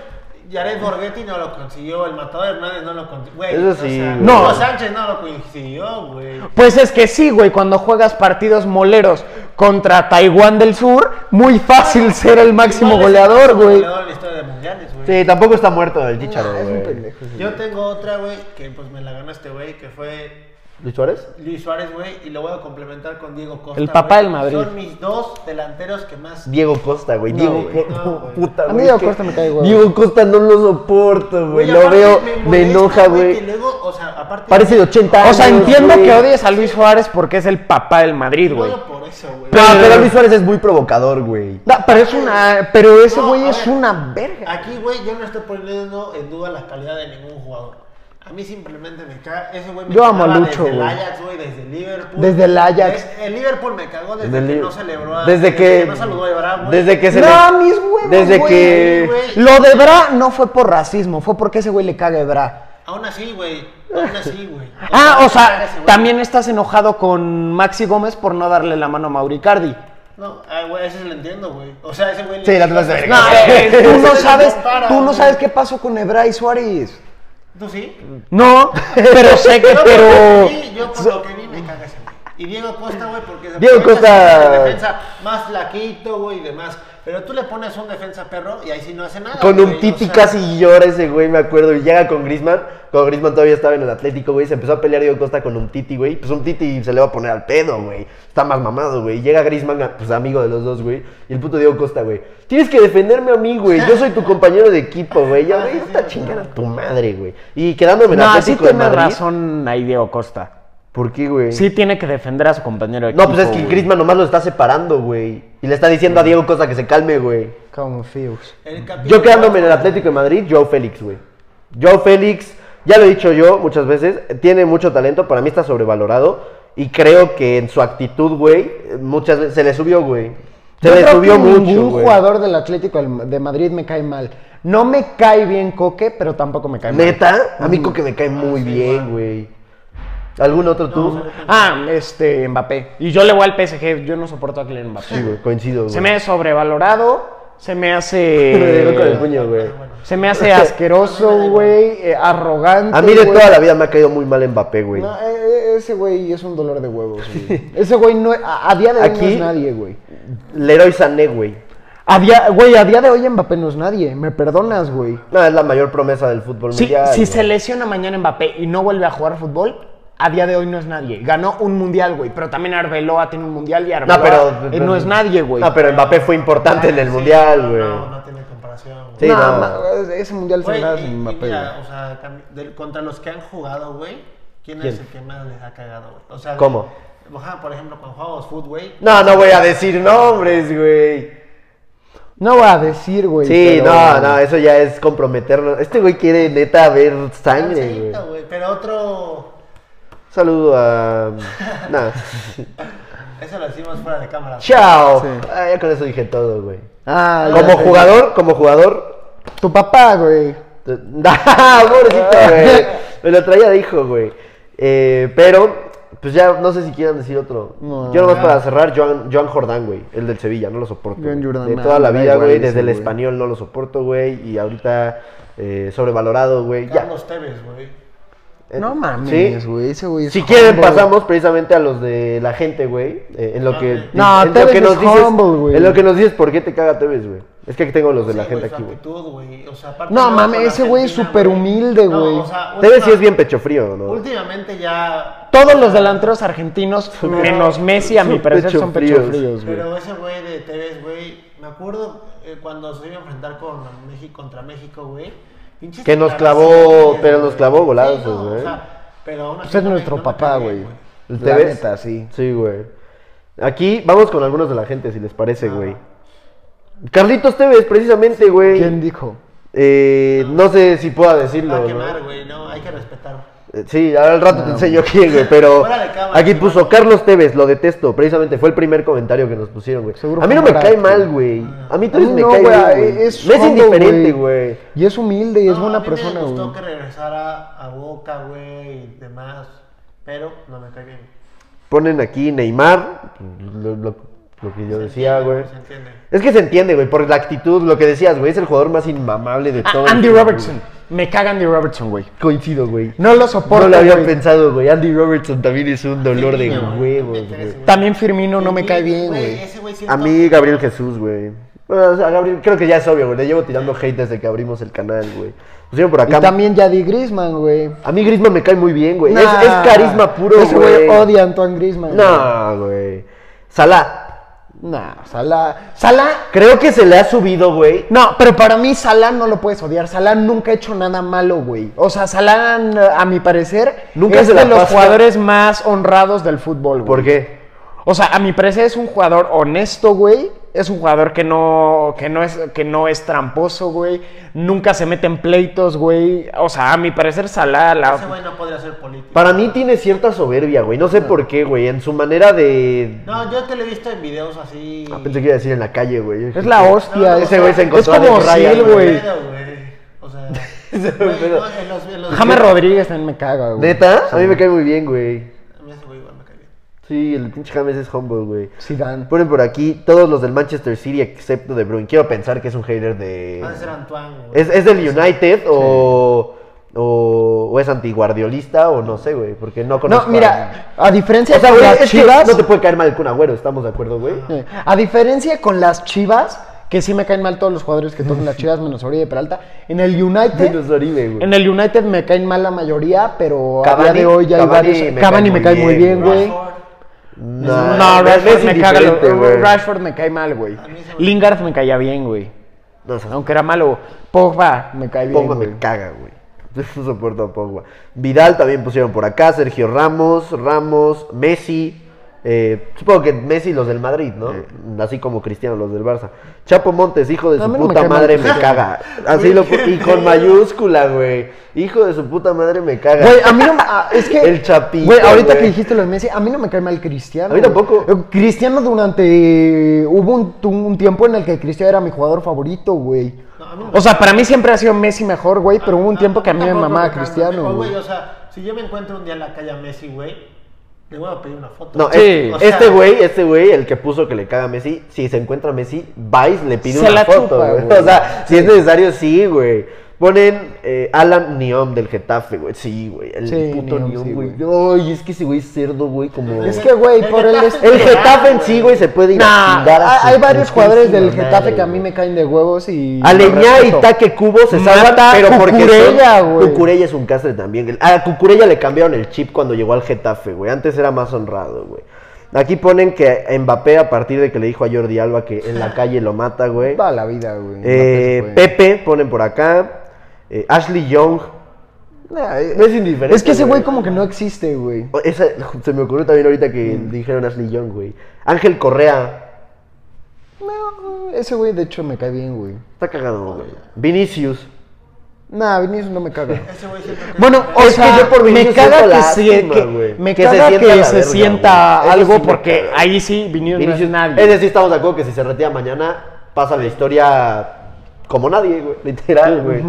Jared Borghetti no lo consiguió, el matador Hernández no lo consiguió. Güey, Eso o sí, sea, güey. No. Hugo Sánchez no lo consiguió, güey. Pues es que sí, güey, cuando juegas partidos moleros contra Taiwán del Sur, muy fácil ser el máximo Igual es el goleador, máximo güey. goleador en la historia de mundiales, güey. Sí, Eh, tampoco está muerto el Ah, Chicharo, güey. Yo tengo otra, güey, que pues me la ganó este güey, que fue ¿Luis Suárez? Luis Suárez, güey, y lo voy a complementar con Diego Costa. El papá güey. del Madrid. Son mis dos delanteros que más. Diego Costa, güey. Diego güey, Costa. no, güey. puta, A mí güey, Diego es que Costa me cae, güey. Diego Costa no lo soporto, güey. Lo aparte veo, me molesta, enoja, que güey. luego, o sea, aparte. Parece de 80 años. O sea, entiendo güey. que odies a Luis Suárez porque es el papá del Madrid, Lo güey. odio por eso, güey. Pero, pero Luis Suárez es muy provocador, güey. Da, pero es una, pero ese No, güey a es ver, una verga. Aquí, güey, yo no estoy poniendo en duda la calidad de ningún jugador. A mí simplemente me caga. Ese güey me Yo amo a cagaba Lucho, desde el güey. Ajax, güey, desde el Liverpool. Desde el Ajax. De- el Liverpool me cagó desde Del- que no celebró a. desde que, no saludó a Abraham, güey. desde que se No, le- mis huevos, desde güey. que güey. Lo de Bra no fue por racismo, fue porque ese güey le caga a Bra. Aún así, güey. Aún así, güey. Ah, o me caga ese sea, güey. también estás enojado con Maxi Gómez por no darle la mano a Mauricardi. No, ah, güey, ese se lo entiendo, güey. O sea, ese güey. Sí, le- la tratas de verga. No, güey. eh, tú no Ese sabes, no para, tú no güey. sabes qué pasó con Ebra y Suárez. ¿Tú sí? No, pero sé que, Yo por lo pero. que vi, yo por lo que vi me caga ese güey. Y Diego Costa, güey, porque se Diego aprovecha Costa- siempre del defensa más flaquito, güey, y demás. Pero tú le pones un defensa perro y ahí sí no hace nada. Con güey, un o Titi sea, casi llora ese güey, me acuerdo. Y llega con Grisman. Cuando Grisman todavía estaba en el Atlético, güey. Se empezó a pelear Diego Costa con un Titi, güey. Pues un Titi se le va a poner al pedo, güey. Está más mamado, güey. Llega Grisman, a- pues amigo de los dos, güey. Y el puto Diego Costa, güey. Tienes que defenderme a mí, güey. Yo soy tu compañero de equipo, güey. Ya, güey, esta chingada a tu madre, güey. Y quedándome en No, sí Atlético de tiene Madrid. razón ahí Diego Costa. ¿Por qué, güey? Sí tiene que defender a su compañero de No, pues es equipo, que güey. Grisman nomás lo está separando, güey. Y le está diciendo a Diego Costa que se calme, güey. Confused. el capitán- Yo quedándome en el Atlético de Madrid, Joe Félix, güey. Joe Félix, ya lo he dicho yo muchas veces, tiene mucho talento, para mí está sobrevalorado. Y creo que en su actitud, güey, muchas veces se le subió, güey. Se Yo le creo subió que mucho, ningún güey. jugador del Atlético del- de Madrid me cae mal. No me cae bien Coque, pero tampoco me cae Neta, a Mm. mí que me Ah, cae muy bien, güey. ¿Algún otro tú? mal. Ah, este, Mbappé. Y yo le voy al PSG, yo no soporto a Kylian Mbappé. Sí, güey, coincido, güey. Eh, Se me hace sobrevalorado, se me Me dio con el hace... puño, güey. se me hace asqueroso, güey, eh, arrogante. A mí de güey. toda la vida me ha caído muy mal Mbappé, güey. No, eh, eh, ese güey es un dolor de huevos, güey. Ese güey no, a, a día de hoy no Aquí- es nadie, güey. Leroy Sané, güey. A día, güey, a día de hoy Mbappé no es nadie. Me perdonas, güey. No, es la mayor promesa del fútbol Sí, mundial. si güey. se lesiona mañana Mbappé y no vuelve a jugar fútbol, a día de hoy no es nadie. Ganó un mundial, güey, pero también Arbeloa tiene un mundial y Arbeloa No, pero, eh, no es nadie, güey. No, pero Mbappé fue importante en el Sí, mundial, no, güey. No, no tiene comparación, güey. Sí, No, no. ma- ese mundial se Güey, ganaba y- sin y Mbappé. mira, güey. o sea, cam- del- contra los que han jugado, güey, ¿Quién, ¿Quién? es el que más les ha cagado, güey? O sea, ¿Cómo? Ajá, por ejemplo, con juegos Food, güey. No, no voy a decir nombres, güey. No voy a decir, güey. Sí, pero- no, no, eso ya es comprometerlo. Este güey quiere neta ver sangre, güey. Salsita, güey. Pero otro. Saludo a. Nah. Eso lo decimos fuera de cámara. Chao. Sí. Ah, ya con eso dije todo, güey. Ah, Como ya, jugador, como jugador. Tu papá, güey. Ah, pobrecito, güey. Me lo traía de hijo, güey. Eh, pero, pues ya no sé si quieran decir otro. No, Yo nomás ya. para cerrar, Joan, Joan Jordán, güey. El del Sevilla, no lo soporto. Joan güey. Jordán, de nah, toda la me da vida, igual güey. ese, Desde el güey. español no lo soporto, güey. Y ahorita eh, sobrevalorado, güey. Ya. Carlos Tevez, güey. Eh, No mames, ¿sí? güey. Ese güey es Si quieren, humble. pasamos precisamente a los de la gente, güey. eh, en lo que. No, en lo Tevez que es nos dices. humble, güey. En lo que nos dices, ¿por qué te caga Tevez, güey? Es que aquí tengo los de la Sí, gente su aquí, güey. actitud, güey. O sea, aparte No, luego mames, con ese güey es Argentina, súper humilde, No, güey. o sea, Tevez última- sí es bien pecho frío, ¿no? Últimamente ya. Todos los delanteros argentinos, menos Messi, a mi son parecer, pecho son pecho fríos. fríos, güey. Pero ese güey de Tevez, güey. Me acuerdo eh, cuando se iba a enfrentar con México contra México, güey. pinches Que nos declaraciones, clavó- pero güey. nos clavó golazos, Sí, no, güey. O sea, pero aún Pues así es no me- nuestro no me papá, cagué, güey. ¿El La Tevez? neta, sí. Sí, güey. Aquí vamos con algunos de la gente, si les Ah. parece, güey. Carlitos Tevez, precisamente, güey. ¿Quién dijo? Eh, no sé si pueda Va a decirlo. ¿no? quemar, güey. No, hay que respetar. Eh, Sí, ahora al rato te enseño quién, güey, pero Fuera de cámara, aquí ¿no? puso Carlos Tevez, lo detesto, precisamente fue el primer comentario que nos pusieron, güey. Seguro A mí fue no me un cae rato. mal, güey. Ah. A mí Tevez No, me cae güey, bien, güey. es Me es humble, indiferente, güey. güey. Y es humilde y es No, buena a mí persona, Me güey. gustó que regresara a Boca, güey, y demás. Pero no me cae bien. Ponen aquí Neymar, lo, lo- lo que yo decía, ah, güey. Se entiende. Es que se entiende, güey, por la actitud, lo que decías, güey, es el jugador más inmamable de todo. Ah, el Andy fútbol, Robertson. Me caga Andy Robertson, güey. güey. Coincido, güey. No lo No soporto. lo había güey. pensado, güey. Andy Robertson también es un dolor de Firmino, güey, huevos, me caga güey. ese También Firmino no me cae bien, güey. Ese güey siento- A mí, Gabriel Jesús, güey. Bueno, o sea, Gabriel, creo que ya es obvio, güey. Le llevo tirando hate desde que abrimos el canal, güey. Pusieron por acá. Y también Yadi Grisman, güey. A mí Grisman me cae muy bien, güey. Es- Nah, es, carisma puro, Ese güey. güey odia a Antoine Grisman. No, güey. Salah. Nah, Salah. Salah. Creo que se le ha subido, güey. No, pero para mí Salah no lo puedes odiar. Salah nunca ha hecho nada malo, güey. O sea, Salah, n- a mi parecer, Nunca es se la de los pasa. jugadores más honrados del fútbol, güey. ¿Por qué? O sea, a mi parecer es un jugador honesto, güey. Es un jugador que no, que no, es, que no es tramposo, güey. Nunca se mete en pleitos, güey. O sea, a mi parecer Salah... Ese La... güey no podría ser político. Para mí tiene cierta soberbia, güey. No sé por qué, güey. En su manera de. No, yo te lo he visto en videos así. Ah, pensé que iba a decir en la calle, güey. Es la hostia. Ese güey se encontró a Es como Nick Ryan, Sil, Pero, güey. güey, O sea. Ese güey, pedo. no, en los- en los- James Rodríguez también me caga, güey. ¿Neta? A mí me cae muy bien, güey. A mí ese güey igual me cae bien. Sí, el pinche James es humble, güey. Zidane. Ponen por aquí todos los del Manchester City excepto de Bruyne. Quiero pensar que es un hater de. Va a ser Antoine, güey. ¿Es, es del United o, o, o es antiguardiolista o no sé, güey? Porque no No, conozco. a- mira, a diferencia O sea, con güey, las es que chivas... no te puede caer mal el Kun Agüero, estamos de acuerdo, güey. Eh, A diferencia con las Chivas, que sí me caen mal todos los jugadores que tocan las Chivas, menos Oribe Peralta, en el United, Menos Oribe, güey. en el United me caen mal la mayoría, pero a Cavani- día de hoy ya hay Cavani varios. me cae Cavani me muy cae muy bien, bien, güey. Rashford, No, Rashford Messi me caga, lo- diferente, güey. Rashford me cae mal, güey. A mí ese güey- Lingard me caía bien, güey. No, o sea, Aunque era malo. Pogba me cae bien, Pogba güey. me caga, güey. Yo no soporto a Pogba. Vidal también pusieron por acá, Sergio Ramos, Ramos, Messi. eh, supongo que Messi los del Madrid, ¿no? Así como Cristiano los del Barça. Chapo Montes, hijo de A su mí no me puta cae mal madre, me Cristiano. caga. Así lo pu- y con mayúscula, güey. Hijo de su puta madre, me caga. Güey, a mí no me- ah, es que El Chapito, Güey, ahorita güey. que dijiste lo de Messi, a mí no me cae mal Cristiano. A mí güey. tampoco. Eh, Cristiano durante hubo un, tu- un tiempo en el que Cristiano era mi jugador favorito, güey. No, a mí no me O sea, para mí siempre ha sido Messi mejor, güey, pero hubo un No, tiempo que a mí me tampoco mamaba me cae mal. Cristiano, O, güey. güey, O sea, si yo me encuentro un día en la calle a Messi, güey, le voy a pedir una foto. No, Sí. este- O sea, este güey, este güey, el que puso que le caga a Messi, si se encuentra a Messi, Vice le pide Se una la foto, chupa, güey. güey. O sea, si es necesario, sí, güey. Ponen eh, Alan Neom del Getafe, güey. Sí, güey. El Sí, puto Neom, Neom, sí, güey. Ay, es que ese güey es cerdo, güey, como... Es que, güey, por el est- El Getafe en sí, güey, se puede ir a Nah, chingar a su hay hay varios putísima jugadores del madre, Getafe que a mí güey. me caen de huevos y. Aleñá y respeto. Taque Cubo se Mata salvan, pero porque Cucurella, son- güey. Cucurella es un castre también. A Cucurella le cambiaron el chip cuando llegó al Getafe, güey. Antes era más honrado, güey. Aquí ponen que Mbappé, a partir de que le dijo a Jordi Alba que en la calle lo mata, güey. Toda la vida, güey. Eh, Mbappé se fue. Pepe, ponen por acá. Eh, Ashley Young. No es indiferente, Es que ese güey. güey como que no existe, güey. O- Esa, se me ocurrió también ahorita que Mm. dijeron Ashley Young, güey. Ángel Correa. No, ese güey de hecho me cae bien, güey. Está cagado, güey. Vinicius. Nah, Vinicius no me caga. Ese güey siento que. Bueno, o Es que sea, yo por Ah, me Vinicius caga que, siento se, lástima, que güey. me Que se caga sienta que la se verga, sienta güey. Eso algo sí me porque caga. ahí sí Vinicius, no es Vinicius, nadie. Ese sí estamos de acuerdo que si se retira mañana, pasa la historia como nadie, güey. Literal, güey.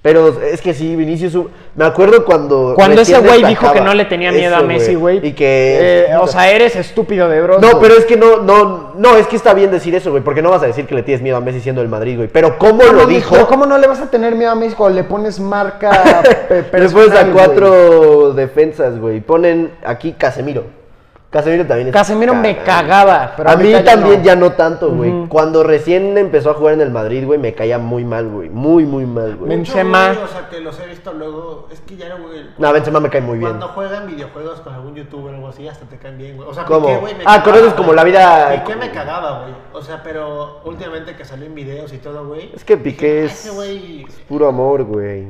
Pero es que sí, Vinicius. un- Me acuerdo cuando. Cuando ese recién güey dijo destacaba. que no le tenía miedo Eso, a Messi, güey. Y que. eh, o sea, eres estúpido de bro. No, pero es que no, no, no, es que está bien decir eso, güey, porque no vas a decir que le tienes miedo a Messi siendo el Madrid, güey. Pero cómo lo dijo. Pero ¿cómo no le vas a tener miedo a Messi cuando le pones marca pe- Pero personal, después a güey? cuatro defensas, güey. Ponen aquí Casemiro. Casemiro también es Casemiro me cagado. cagaba, pero a mí ahorita ya también no. ya no tanto, güey. Cuando recién empezó a jugar en el Madrid, güey, me caía muy mal, güey. Muy, muy mal, güey. Men- mucho Benzema. güey, O sea, que los he visto luego. Es que ya no, güey. No, Benzema me cae muy bien. Cuando juegan videojuegos con algún youtuber o algo así, hasta te caen bien, güey. O sea, ¿Cómo? Piqué, güey, me Ah, con eso es como güey. la vida- Piqué me cagaba, güey. O sea, pero últimamente que salió en videos y todo, güey. Es que Piqué es Ese güey. puro amor, güey.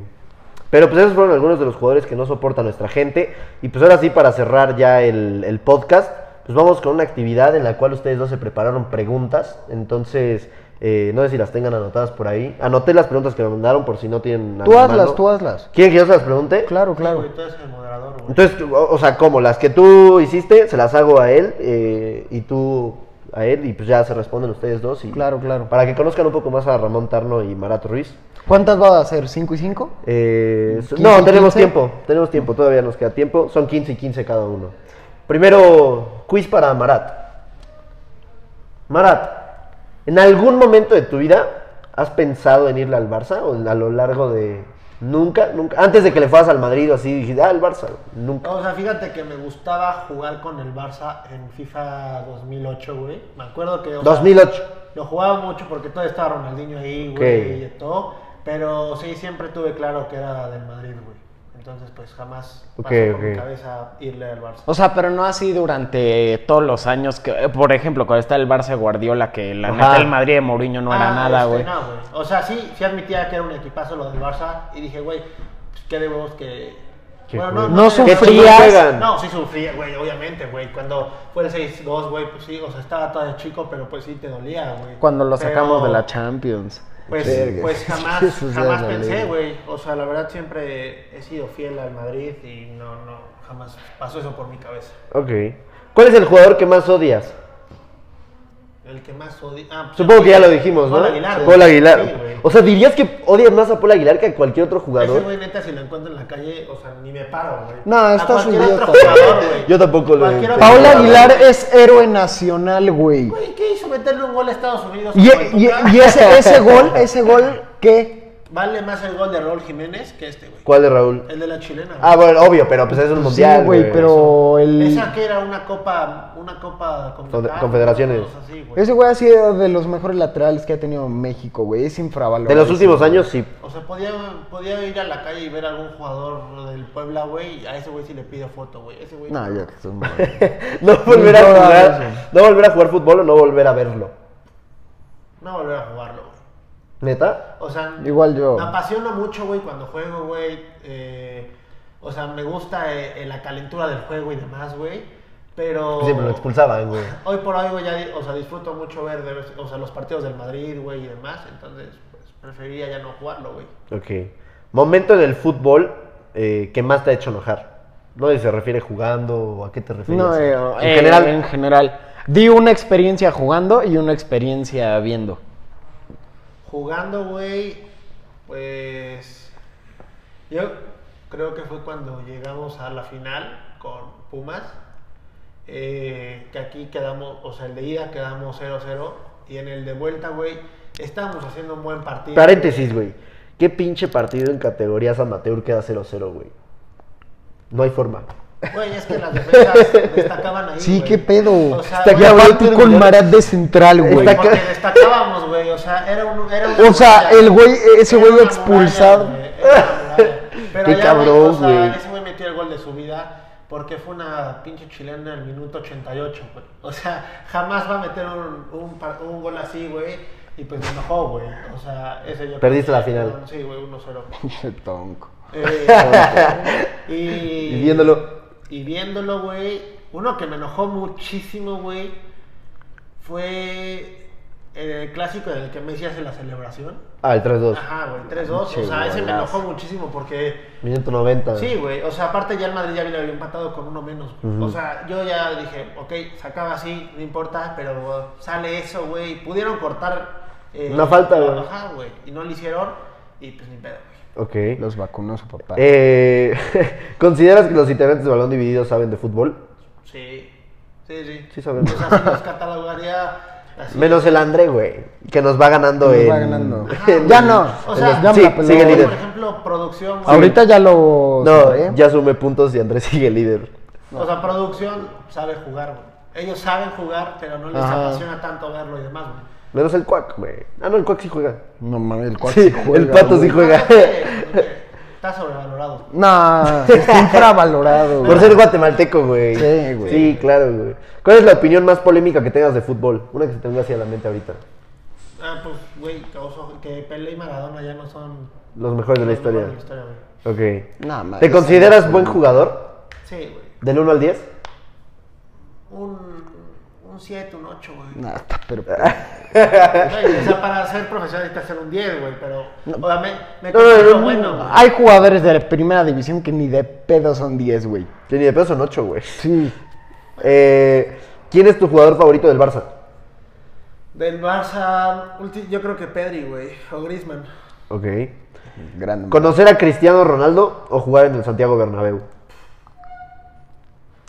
Pero pues esos fueron algunos de los jugadores que no soporta nuestra gente. Y pues ahora sí, para cerrar ya el, el podcast, pues vamos con una actividad en la cual ustedes dos se prepararon preguntas. Entonces, eh, no sé si las tengan anotadas por ahí. Anoté las preguntas que me mandaron por si no tienen... a Tú la hazlas, mano. tú hazlas. ¿Quieren que yo se las pregunte? Claro, claro. Güey, tú eres el moderador, güey. Entonces, tú- o o sea, como las que tú hiciste, se las hago a él eh, y tú a él y pues ya se responden ustedes dos. Y Claro, claro. Para que conozcan un poco más a Ramón Tarno y Marato Ruiz. ¿Cuántas va a hacer? ¿Cinco y cinco? Eh, so- 15, no, tenemos 15. tiempo, tenemos tiempo, todavía nos queda tiempo. Son 15 y 15 cada uno. Primero, quiz para Marat. Marat, ¿en algún momento de tu vida has pensado en irle al Barça o a lo largo de... Nunca, nunca, antes de que le fueras al Madrid o así, dijiste, ah, el Barça, nunca. O sea, fíjate que me gustaba jugar con el Barça en FIFA 2008, güey. Me acuerdo que. o sea, 2008. Lo jugaba mucho porque todavía estaba Ronaldinho ahí, güey, Ok. y todo. Pero sí, siempre tuve claro que era del Madrid, güey. Entonces, pues jamás Ok, pasó por ok. mi cabeza irle al Barça. O sea, pero no así durante todos los años que, eh, por ejemplo, cuando está el Barça de Guardiola, que la Ajá. neta el Madrid de Mourinho no era Ah, nada, este, güey. no, güey. o sea, sí, sí admitía que era un equipazo lo del Barça y dije, güey, pues, qué de vos que... Qué no, juego. no No sé, pues, chingón sufrías. juegan. No, sí sufría, güey, obviamente, güey. Cuando fue el 6-2, güey, pues sí, o sea, estaba todavía chico, pero pues sí te dolía, güey. Cuando lo Pero, sacamos de la Champions. Pues, Verga. pues jamás, Jesús de jamás la pensé, Liga. güey. O sea, la verdad siempre he sido fiel al Madrid y no, no, jamás pasó eso por mi cabeza. Ok. ¿Cuál es el jugador que más odias? El que más odia... Ah, pues, Supongo que ya lo Aguilar. dijimos, ¿no? Paul Aguilar. Paul güey. Aguilar. Sí, güey. o sea, dirías que odias más a Paul Aguilar que a cualquier otro Ese jugador. güey, neta, si lo encuentro en la calle, o sea, ni me paro, güey. No, A estás cualquier idiota, otro jugador, güey. güey. Yo tampoco lo Cualquier otro Paula jugador, Aguilar eh. güey. es héroe nacional, güey. Güey, ¿qué hizo meterle un gol a Estados Unidos? Y, e, como el y- Tuca? y ese, ese gol, ese gol, ¿qué? Vale más el gol de Raúl Jiménez que este, güey. ¿Cuál de Raúl? El de la chilena. güey. Ah, bueno, obvio, pero pues es un Sí, mundial. güey, pero el... Esa que era una copa, una copa con Confederaciones. Así, güey. Ese güey ha sido de los mejores laterales que ha tenido México, güey. Es infravalorado. De los últimos años sí. O sea, podía, podía ir a la calle y ver a algún jugador del Puebla, güey, y a ese güey sí le pido foto, güey. Ese güey. No, yo que soy mal. No volver a No, jugar. No volver a jugar fútbol o no volver a verlo. No volver a jugarlo, güey. ¿Neta? O sea, Igual yo. Me apasiona mucho, güey, cuando juego, güey. eh, o sea, me gusta eh, eh, la calentura del juego y demás, güey. Pero. Siempre lo expulsaban, güey. Hoy por hoy, güey, ya di- o sea, disfruto mucho ver de vez- o sea, los partidos del Madrid, güey, y demás. Entonces, pues, preferiría ya no jugarlo, güey. Ok. Momento en el fútbol eh, que más te ha hecho enojar. No sé si se refiere jugando o a qué te refieres. No, eh, en eh, general. En general. Di una experiencia jugando y una experiencia viendo. Jugando, güey, pues. Yo creo que fue cuando llegamos a la final con Pumas. eh, que aquí quedamos, o sea, el de ida quedamos 0-0. Y en el de vuelta, güey, estábamos haciendo un buen partido. Paréntesis, güey. ¿Qué pinche partido en categorías amateur queda 0-0, güey? No hay forma. Güey, es que las defensas destacaban ahí. Sí, güey. qué pedo. O sea, y güey, acabando aparte el con mundial. Marat de central, güey. Está- Porque destacábamos, güey. O sea, era un. Era una O sea, muralla. el güey, ese Era güey una expulsado. muralla, güey, era una muralla. Pero Qué ya, cabrón, güey, O güey. sea, ese güey metió el gol de su vida porque fue una pinche chilena al minuto 88, güey. O sea, jamás va a meter un, un par- un gol así, güey. Y pues me enojó, güey. O sea, ese yo. Perdiste la final. Sí, güey, 1-0. Pinche tonco. Eh, y, Y viéndolo. Y viéndolo, güey. Uno que me enojó muchísimo, güey. Fue el clásico en el que Messi hace la celebración. Ah, el 3-2. Ajá, güey, 3-2. O Pinche sea, ese me golazo. enojó muchísimo porque. Minuto 90. Sí, güey. O sea, aparte ya el Madrid ya había empatado con uno menos. güey. Ujú. O sea, yo ya dije, ok, se acaba así, no importa, pero sale eso, güey. Pudieron cortar. eh, Una falta, güey. Ajá, güey. Y no lo hicieron. Y pues ni pedo, güey. Ok. Los vacunó su papá. Eh, ¿Consideras que los integrantes de balón dividido saben de fútbol? Sí. Sí, sí. Sí sabemos. O sea, sí los catalogaría así. Menos el André, güey, que nos va ganando Nos en... va ganando. Ah, Ajá, Ah, güey. Ya no. O sea, Ya me sí, la peló. sigue Por líder. ejemplo, producción. güey. Ahorita ya lo. ¿eh? No, cerré. ya sumé puntos y André sigue líder. O sea, producción sabe jugar, güey. Ellos saben jugar, pero no les Ajá. apasiona tanto verlo y demás, güey. Menos el Cuac, güey. Ah, no, el Cuac sí juega. No mames, el cual Sí, el pato sí güey. juega. Está sobrevalorado. No, está infravalorado. Por güey. ser guatemalteco, güey. Sí, güey. Sí, claro, güey. ¿Cuál es la opinión más polémica que tengas de fútbol? Una que se te venga hacia la mente ahorita. Ah, pues, güey, que, oso- que Pelé y Maradona ya no son Los mejores de la los mejores historia. de la historia, güey. Ok. No, madre, ¿Te esa consideras no- buen jugador? Sí, güey. ¿Del 1 al 10? Un un 7, un 8, güey. No, está pero. Güey, O sea, para ser profesional necesitas ser un 10, güey, pero. O sea, me, me No, no, no, considero no, bueno. güey. Hay jugadores de la primera división que ni de pedo son 10, güey. Que ni de pedo son 8, güey. Sí. Eh, ¿Quién es tu jugador favorito del Barça? Del Barça, ulti- yo creo que Pedri, güey, o Griezmann. Ok. Grande. ¿Conocer a Cristiano Ronaldo o jugar en el Santiago Bernabéu?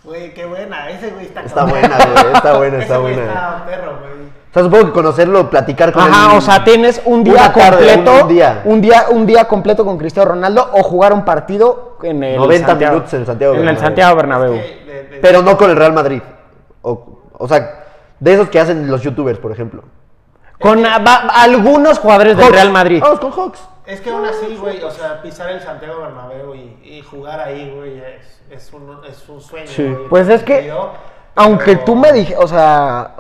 Güey, qué buena, ese güey está Está cabrón. buena, güey. Está buena, Ese está güey buena. Está perro, güey. O sea, supongo que conocerlo, platicar con él. Ajá, o sea, tienes un día Una tarde, completo. un día. Un día, un día completo con Cristiano Ronaldo o jugar un partido en el. 90 Santiago- minutos en el Santiago En el Bernabéu. Santiago Bernabéu. Que Eh, de- de- Pero no con el Real Madrid. O, o sea, de esos que hacen los youtubers, por ejemplo. Con ah, va- algunos jugadores del Hawks. Real Madrid. Vamos con Hawks. Es que aún así, güey, o sea, pisar el Santiago Bernabéu y, y jugar ahí, güey, es, es, un, es un sueño. Sí. güey, Pues es que, cumplido, Aunque pero- tú me dije, o sea,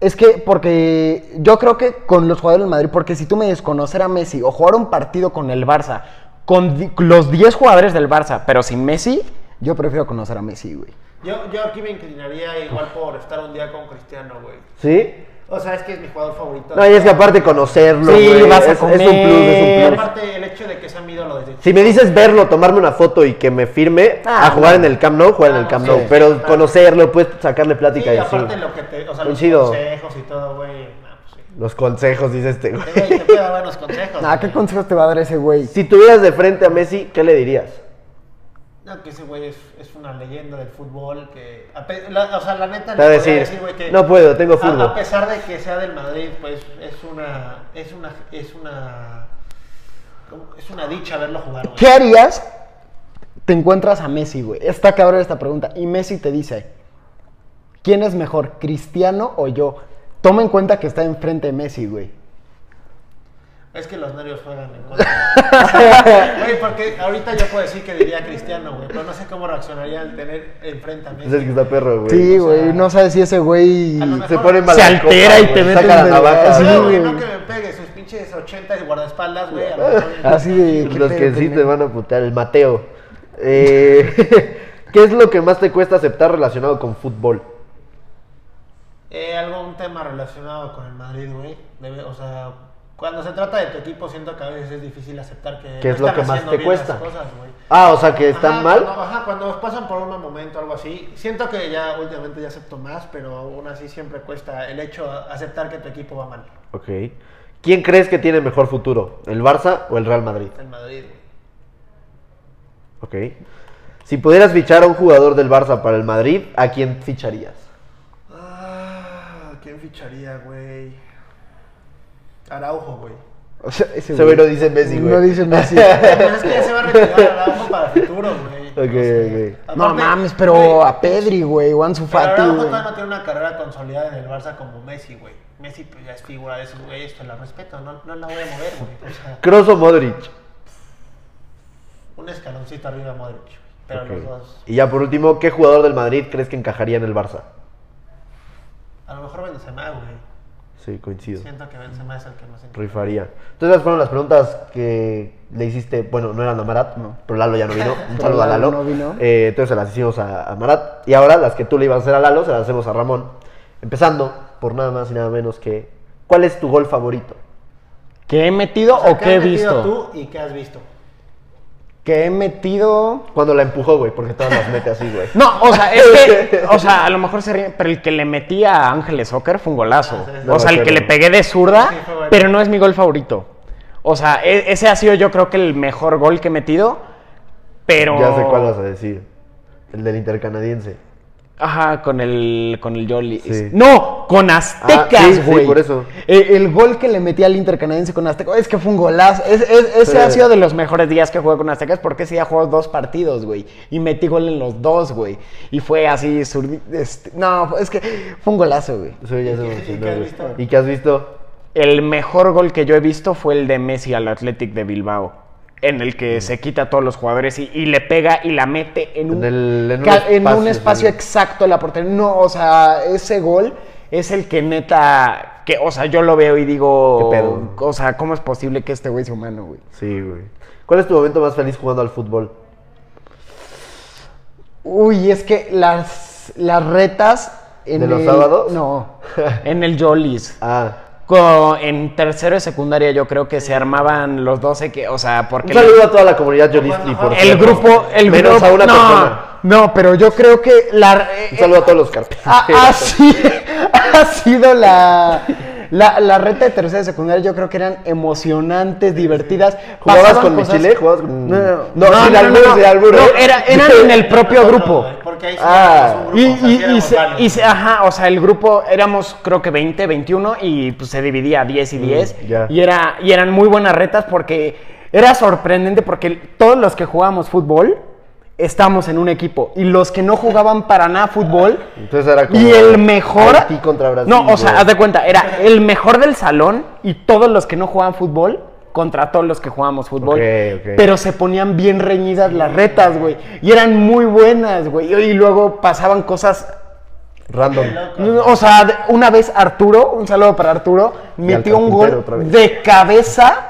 es que porque yo creo que con los jugadores del Madrid, porque si tú me desconocer a Messi o jugar un partido con el Barça, con di- los 10 jugadores del Barça, pero sin Messi, yo prefiero conocer a Messi, güey. Yo, yo aquí me inclinaría igual por estar un día con Cristiano, güey. ¿Sí? O sea, es que es mi jugador favorito. No, y es que aparte conocerlo, Sí, güey, vas es, a es un plus, es Y un comer. plus. aparte, el hecho de que sea mi ídolo desde Si me dices verlo, tomarme una foto y que me firme Ah, a jugar en el Camp Nou, jugar en el Ah, Camp sí. Nou. Pero Ah. conocerlo, pues sacarle Sí, plática y así. aparte lo que te, o sea, los Coincido. consejos y todo, güey. No, pues sí. Los consejos, dice este Eh, güey, güey. te puedo dar buenos consejos. Ah, ¿qué güey. consejos te va a dar ese güey? Si tuvieras de frente a Messi, ¿qué le dirías? No, que ese güey es, es una leyenda del fútbol que... a pe- la- o sea, la neta... Te le va a podría decir, güey, que- "No puedo, tengo a- fútbol". A, pesar de que sea del Madrid, pues es una... Es una... Es una... ¿cómo? Es una dicha verlo jugar, güey. ¿Qué harías? Te encuentras a Messi, güey. Está cabrón esta pregunta. Y Messi te dice, ¿quién es mejor, Cristiano o yo? Toma en cuenta que está enfrente de Messi, güey. Es que los nervios juegan en contra. Güey, porque ahorita yo puedo decir que diría Cristiano, güey, pero no sé cómo reaccionaría al tener enfrente a Messi. Pues Es el que está perro, güey. Sí, o sea, güey, no sabes si ese güey... a lo mejor Se pone Se mal. altera y te mete Saca la un navaja. dedazo. No, Sí, güey, güey. no que me pegue sus pinches 80 y guardaespaldas, güey. a lo mejor- Así de... ¿qué Los pedo, que sí pendejo? te van a putear, el Mateo. Eh, ¿Qué es lo que más te cuesta aceptar relacionado con fútbol? Eh, algún tema relacionado con el Madrid, güey. Debe- O sea, cuando se trata de tu equipo, siento que a veces es difícil aceptar que. ¿Qué no es lo están que más haciendo te bien las cuesta? cosas, güey. Ah, o sea, que están Ajá, mal. Cuando, ajá, cuando pasan por un mal momento, algo así. Siento que ya últimamente ya acepto más, pero aún así siempre cuesta el hecho de aceptar que tu equipo va mal. Ok. ¿Quién crees que tiene mejor futuro? ¿El Barça o el Real Madrid? El Madrid, güey. Ok. Si pudieras fichar a un jugador del Barça para el Madrid, ¿a quién ficharías? Ah, ¿quién ficharía, güey? Araujo, güey. O sea, ese Ese güey no dice Messi, güey. No dice Messi. Pero es que ya se va a retirar Araujo para el futuro, güey. Ok, ok. no Aparte, mames, pero güey, a Pedri, güey, o Ansu Pero Fati, Araujo güey. todavía no tiene una carrera consolidada en el Barça como Messi, güey. Messi pues, ya es figura de esos güeyes, te la respeto, no, no la voy a mover, güey. O sea, ¿Kroos o Modric? un escaloncito arriba a Modric, güey. Pero Ok. los dos, Y ya por último, ¿qué jugador del Madrid crees que encajaría en el Barça? a lo mejor Benzema, güey. Sí, coincido. Siento que Benzema es el que más encaja. Rifaría. Entonces, esas fueron las preguntas que le hiciste. Bueno, no eran a Marat, pero Lalo ya no vino. Un Pero saludo a Lalo Lalo. no vino. Eh, entonces, se las hicimos a, a Marat. Y ahora, las que tú le ibas a hacer a Lalo, se las hacemos a Ramón. Empezando por nada más y nada menos que. ¿Cuál es tu gol favorito? ¿Qué he metido sea, o ¿qué qué he has metido visto? tú y qué has visto? Que he metido. Cuando la empujó, güey, porque todas las mete así, güey. No, o sea, es que, o sea, a lo mejor se ríen, pero el que le metí a Ángeles Soccer fue un golazo. Ah, sí, sí. o sea, el que le pegué de zurda, Sí, fue bueno. pero no es mi gol favorito. O sea, e- ese ha sido yo creo que el mejor gol que he metido, pero... Ya sé cuál vas a decir. El del intercanadiense. Ajá, con el, con el Jolly. Sí. No, con Ah, sí, Aztecas, sí, güey. por eso. eh, el gol que le metí al Intercanadiense con Azteca. Es que fue un golazo. Es- es- Ese ese ha ha sido sido de los mejores días que jugué con Aztecas porque ese día jugó dos partidos, güey. Y metí gol en los dos, güey. Y fue así, surdi- este, no, es que fue un golazo, güey. Eso ya se ¿Y mencionó, qué- y qué has güey. visto? ¿Y qué has visto? El mejor gol que yo he visto fue el de Messi al Athletic de Bilbao, en el que se quita a todos los jugadores y, y le pega y la mete en un, En el- en un ca- En un espacio, espacio sí. exacto exacto la portería. No, o sea, ese gol es el que neta, que, o sea, yo lo veo y digo, ¿Qué pedo? o sea, ¿cómo es posible que este güey sea humano, güey? Sí, güey. ¿Cuál es tu momento más feliz jugando al fútbol? Uy, es que las, las retas. En ¿De los el- sábados? No. en el Jollies. Ah. Co- en tercero de secundaria yo creo que se armaban los 12 que, o sea, porque Un saludo a toda la comunidad Yolistli, Bueno, por el cierto. grupo, el Menos grupo- a una no, persona. No, pero yo creo que la. Un saludo a todos los Ah, ha, ha carpeteros. si- ha sido la, la, la reta de tercera y secundaria, yo creo que eran emocionantes, divertidas. ¿Jugabas pasaban con mi cosas- chile? ¿Jugabas con- No, no, No, no, sin no, albures, no, sin albures. no, era- eran en el propio grupo. Porque ahí sí Ah. éramos un Y, grupo, o sea, sí y- y éramos se, varios. y se- ajá, o sea, el grupo éramos creo que 20, 21 y pues se dividía 10 y Mm, 10 ya. y era y eran muy buenas retas porque era sorprendente porque todos los que jugábamos fútbol estábamos en un equipo y los que no jugaban para nada fútbol Entonces era como... y el mejor Haití contra Brasil. No, o sea, güey. haz de cuenta, era el mejor del salón y todos los que no jugaban fútbol contra todos los que jugábamos fútbol. Ok, ok. Pero se ponían bien reñidas las retas, güey. Y eran muy buenas, güey. Y luego pasaban cosas Random. o sea, de- una vez Arturo, un saludo para Arturo, metió un carpintero otra gol vez. de cabeza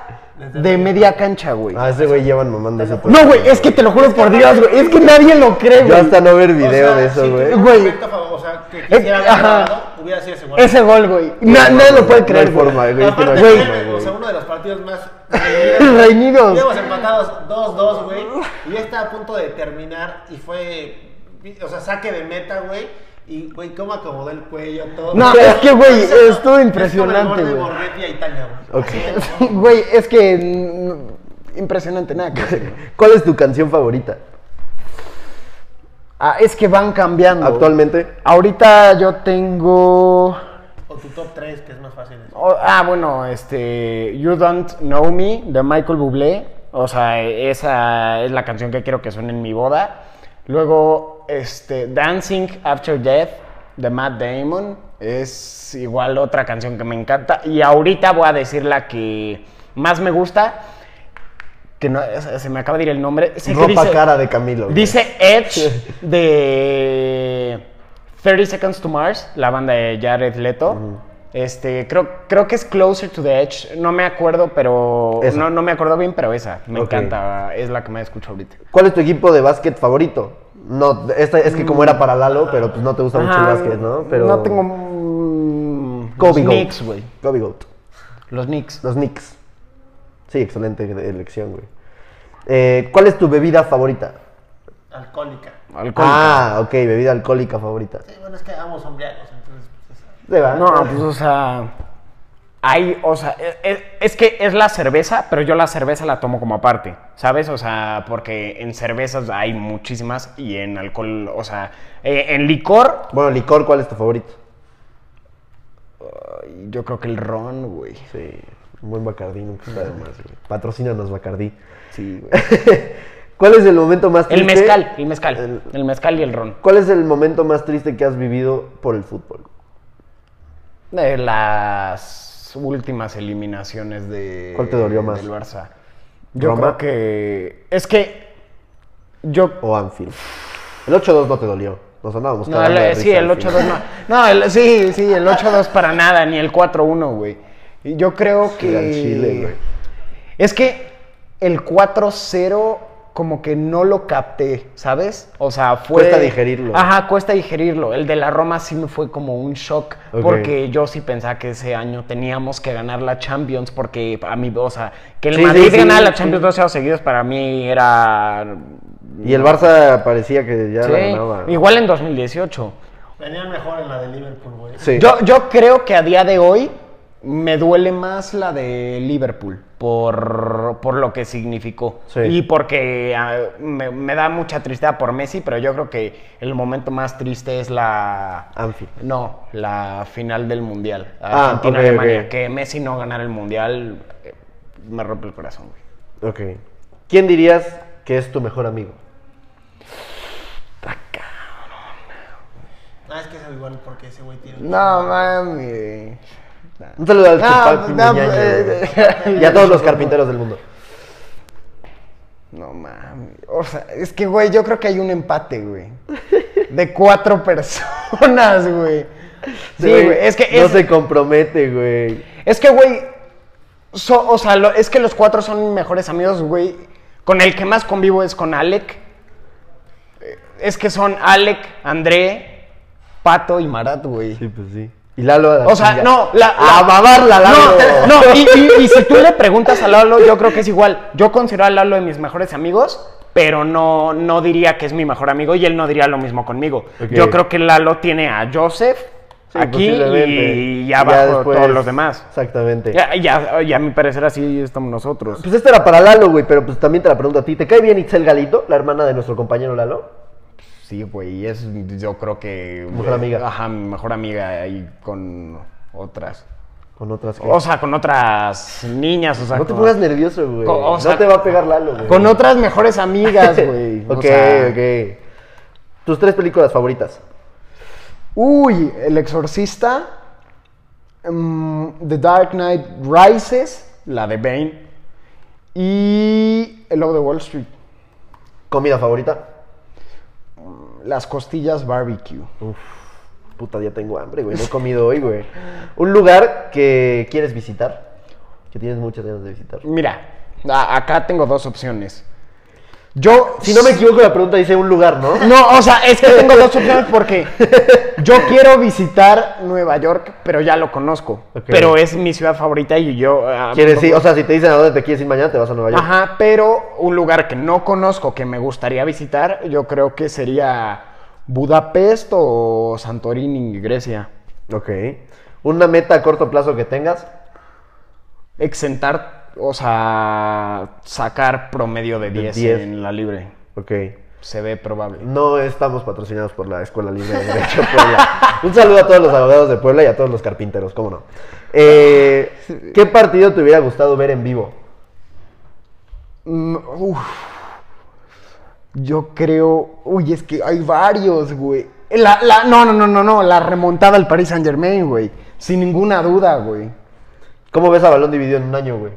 de media cancha, güey. Ah, ese güey llevan mamando ese No, todo. güey, es que te lo juro por Dios, güey. Es que nadie lo cree, Yo güey. hasta no ver O sea, video de eso, si güey. tuviera un Güey. Eh, momento favor- O sea, que quisiera haber ajá. ganado, hubiera sido ese gol. Ese gol, güey. Na- nadie lo puede creer, No hay forma, güey. güey. es que no hay Aparte, güey. forma, o sea, güey. uno de los partidos más Reñidos. Íbamos empatados 2-2, güey. Y ya estaba a punto de terminar y fue, o sea, saque de meta, güey. Y, güey, cómo acomodó el cuello, todo. No, Todo. es que, güey, Ese no- estuvo impresionante, Es como el güey. gol de Borghetti a Italia, güey. Ok. Güey, es que. mm, Impresionante, nada que hacer. ¿Cuál es tu canción favorita? Ah, es que van cambiando. Actualmente. Ahorita yo tengo. O tu top 3, que es más fácil. O- ah, bueno, este. You Don't Know Me de Michael Bublé. O sea, esa es la canción que quiero que suene en mi boda. Luego, este. Dancing After Death de Matt Damon. Es igual otra canción que me encanta. Y ahorita voy a decir la que más me gusta. Que no, se se me acaba de ir el nombre. Sé que Ropa dice- cara de Camilo. güey. Dice Edge de 30 Seconds to Mars, la banda de Jared Leto. Este, creo, creo que es Closer to the Edge. No me acuerdo, pero. Esa. No, no me acuerdo bien, pero esa. Me Ok. encanta. Es la que me escucho ahorita. ¿Cuál es tu equipo de básquet favorito? No, esta es que como era para Lalo, pero pues no te gusta mucho el Ajá, básquet, ¿no? Pero No tengo. mm, Kobe los Goat. Knicks, güey. Kobe Goat. Los Knicks. Los Knicks. Sí, excelente elección, güey. Eh, ¿Cuál es tu bebida favorita? Alcohólica. Alcohol. Ah, ok, bebida alcohólica favorita. Sí, bueno, es que ambos son briagos, entonces. pues, esa. Se va. No, pues, o sea. Hay, o sea, e- e- es, que es la cerveza, pero yo la cerveza la tomo como aparte, ¿sabes? O sea, porque en cervezas hay muchísimas y en alcohol, o sea, eh, en licor, Bueno, licor, ¿cuál es tu favorito? ay, yo creo que el ron, güey. Sí, un buen Bacardí nunca está de más, güey. Patrocínanos Bacardí. Sí, güey. ¿Cuál es el momento más triste? El mezcal, el mezcal, El- el mezcal y el ron. ¿Cuál es el momento más triste que has vivido por el fútbol? De las últimas eliminaciones de. ¿Cuál te dolió más? Del Barça. Yo ¿Roma? creo que. Es que. Yo. ¿O Anfield? El 8-2 no Pues te dolió. Nos andábamos No, cagando el- de sí, risa el al final. 8-2 no. No, el- sí, sí, el 8-2 para nada, ni el 4-1, güey. Y Yo creo que. Sí, al Chile, güey. Es que el 4-0 como que no lo capté, ¿sabes? O sea, fue... Cuesta digerirlo. Ajá, cuesta digerirlo. El de la Roma sí me fue como un shock Ok. porque yo sí pensaba que ese año teníamos que ganar la Champions porque a mí, o sea, que el Sí, sí, Madrid sí, ganara la sí. Champions dos años seguidos para mí era... Y el Barça parecía que ya Sí, la ganaba. igual en 2018. Venían mejor en la de Liverpool, güey. Sí. Yo, yo creo que a día de hoy me duele más la de Liverpool por, por lo que significó. Sí. Y porque ah, me, me da mucha tristeza por Messi, pero yo creo que el momento más triste es la... Anfield. No, la final del Mundial. Ah, Argentina-Alemania. ok, ok. Que Messi no ganara el Mundial eh, me rompe el corazón, güey. Ok. ¿Quién dirías que es tu mejor amigo? Ah, es que es igual porque ese güey tiene. No, mami. Un saludo al No, Chupalpi no, Muñaño, eh, güey. y a todos los carpinteros del mundo. No mames. O sea, es que, güey, yo creo que hay un empate, güey. De cuatro personas, güey. Sí, güey. Es que, No es, se compromete, güey. es que, güey. so- o sea, lo- es que los cuatro son mis mejores amigos, güey. Con el que más convivo es con Alec. Eh, Es que son Alec, André, Pato y Marat, güey. Sí, pues sí. Y Lalo a la O sea, chinga. no, la, A mamarla, Lalo. No, no, y, y- y si tú le preguntas a Lalo, yo creo que es igual. Yo considero a Lalo de mis mejores amigos, pero no, no diría que es mi mejor amigo y él no diría lo mismo conmigo. Ok. Yo creo que Lalo tiene a Joseph Sí, aquí posiblemente. y, Ya abajo después- todos los demás. Exactamente. Ya, ya, ya a mi parecer así estamos nosotros. Pues esta era para Lalo, güey, pero pues también te la pregunto a ti. ¿Te cae bien Itzel Galito, la hermana de nuestro compañero Lalo? Sí, güey, es yo creo que... eh, Mejor amiga. Ajá, mi mejor amiga y con otras. Con otras que... O sea, con otras niñas, o sea... no te con- pongas nervioso, güey. Co- o sea- no te va a pegar Lalo, güey. Con otras mejores amigas, güey. ok, O sea, ok. Tus tres películas favoritas. Uy, El Exorcista. mm, The Dark Knight Rises. La de Bane. Y El Lobo de Wall Street. ¿Comida favorita? Las costillas barbecue. Puta, ya tengo hambre, güey. No he comido hoy, güey. Un lugar que quieres visitar. Que tienes muchas ganas de visitar. Mira, a- acá tengo dos opciones. Yo, Si no me equivoco, la pregunta dice un lugar, ¿no? No, o sea, es que tengo dos opciones porque yo quiero visitar Nueva York, pero ya lo conozco. Ok. Pero es mi ciudad favorita y yo... ah, Quieres ir, o sea, si te dicen a dónde te quieres ir mañana, te vas a Nueva York. Ajá, pero un lugar que no conozco, que me gustaría visitar, yo creo que sería Budapest o Santorini, Grecia. Ok. Una meta a corto plazo que tengas. Exentar, o sea, sacar promedio de 10, 10. en la libre. Ok. Se ve probable. No estamos patrocinados por la Escuela Libre de Derecho Puebla. Un saludo a todos los abogados de Puebla y a todos los carpinteros, cómo no. Eh, ¿Qué partido te hubiera gustado ver en vivo? Mm, uf. Yo creo. Uy, es que hay varios, güey. La, la- no, no, no, no, no. La remontada al Paris Saint Germain, güey. Sin ninguna duda, güey. ¿Cómo ves a Balón Dividido en un año, güey?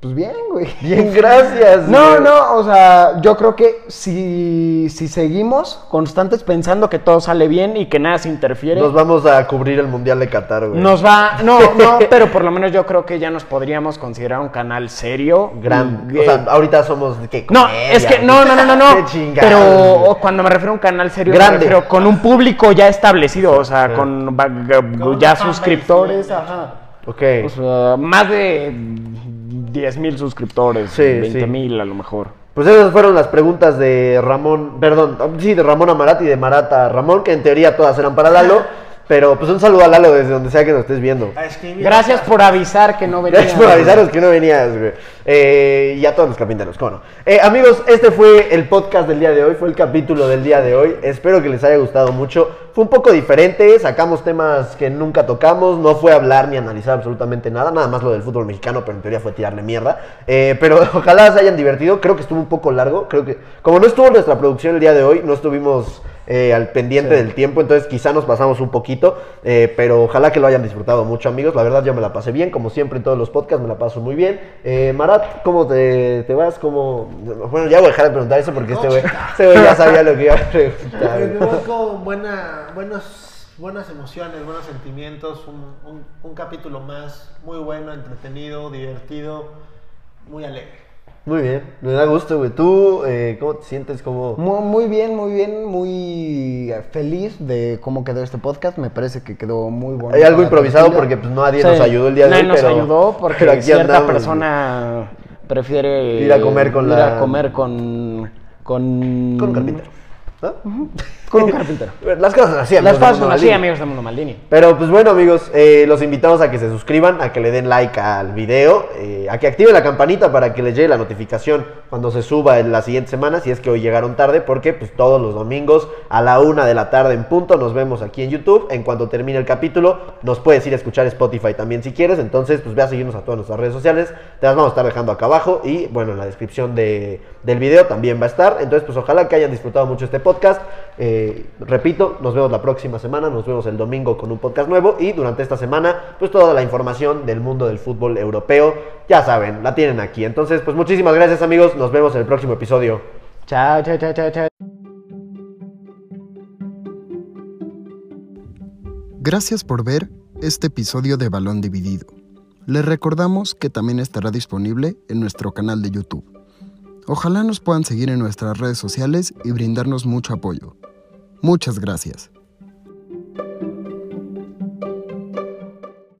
Pues bien, güey. Bien, gracias. No, güey. no, o sea, yo creo que si, si seguimos constantes pensando que todo sale bien y que nada se interfiere, Nos vamos a cubrir el Mundial de Qatar, güey. nos va- no, no, pero por lo menos yo creo que ya nos podríamos considerar un canal serio. Gran. Y- O sea, ahorita somos. ¿qué? no, Comedia, es que no, no, no, no, Qué no. chingados, Pero güey. cuando me refiero a un canal serio, me Grande. refiero con un público ya establecido, o sea, con ba- ga- Con ya una fanbase, suscriptores, güey. ajá. Ok. O sea, más de 10 mil suscriptores, Sí, sí. 20 mil a lo mejor. Pues esas fueron las preguntas de Ramón, perdón, sí, de Ramón a Marat y de Marata a Ramón, que en teoría todas eran para Lalo, pero pues un saludo a Lalo desde donde sea que nos estés viendo. A escribir. Gracias por avisar que no venía. Gracias por avisarnos que no venías, güey. Eh, y a todos los carpinteros, cómo no. Eh, amigos, este fue el podcast del día de hoy, fue el capítulo del día de hoy. Espero que les haya gustado mucho. Fue un poco diferente, sacamos temas que nunca tocamos, no fue hablar ni analizar absolutamente nada, nada más lo del fútbol mexicano, pero en teoría fue tirarle mierda. Eh, pero ojalá se hayan divertido, creo que estuvo un poco largo, creo que como no estuvo nuestra producción el día de hoy, no estuvimos eh, al pendiente del tiempo, entonces quizá nos pasamos un poquito, eh, pero ojalá que lo hayan disfrutado mucho amigos, la verdad yo me la pasé bien, como siempre en todos los podcasts me la paso muy bien. Eh, Marat, verdad, ¿cómo te, te vas? ¿Cómo? Bueno, ya voy a dejar de preguntar eso porque este güey este güey ya sabía lo que iba a preguntar. Pero me voy con buena, buenos, buenas emociones, buenos sentimientos, un, un- un capítulo más muy bueno, entretenido, divertido, muy alegre. Muy bien, me da gusto, güey. ¿Tú eh, cómo te sientes? ¿Cómo? Muy, muy bien, muy bien, muy eh, feliz de cómo quedó este podcast. Me parece que quedó muy bueno. Hay algo improvisado porque pues, nadie nos ayudó el día de hoy. Nadie nos pero- ayudó porque pero aquí cierta andamos, güey. persona prefiere Ir a comer con ir la- a comer con con Con un carpintero. ¿no? con un carpintero. Las cosas así, amigos. de Las cosas Mundo son así, Maldini. amigos de Mundo Maldini. Pero pues bueno amigos, eh, los invitamos a que se suscriban, a que le den like al video, eh, a que activen la campanita para que les llegue la notificación cuando se suba en la siguiente semana, si es que hoy llegaron tarde, porque pues todos los domingos a la una de la tarde en punto nos vemos aquí en YouTube. En cuanto termine el capítulo, nos puedes ir a escuchar Spotify también si quieres, entonces pues ve a seguirnos a todas nuestras redes sociales, te las vamos a estar dejando acá abajo y bueno, en la descripción de- del video también va a estar. Entonces pues ojalá que hayan disfrutado mucho este podcast. Eh, repito, nos vemos la próxima semana, nos vemos el domingo con un podcast nuevo y durante esta semana, pues toda la información del mundo del fútbol europeo, ya saben, la tienen aquí. Entonces, pues muchísimas gracias amigos, nos vemos en el próximo episodio. Chao, chao, chao, chao, chao. Gracias por ver este episodio de Balón Dividido. Les recordamos que también estará disponible en nuestro canal de YouTube. Ojalá nos puedan seguir en nuestras redes sociales y brindarnos mucho apoyo. Muchas gracias.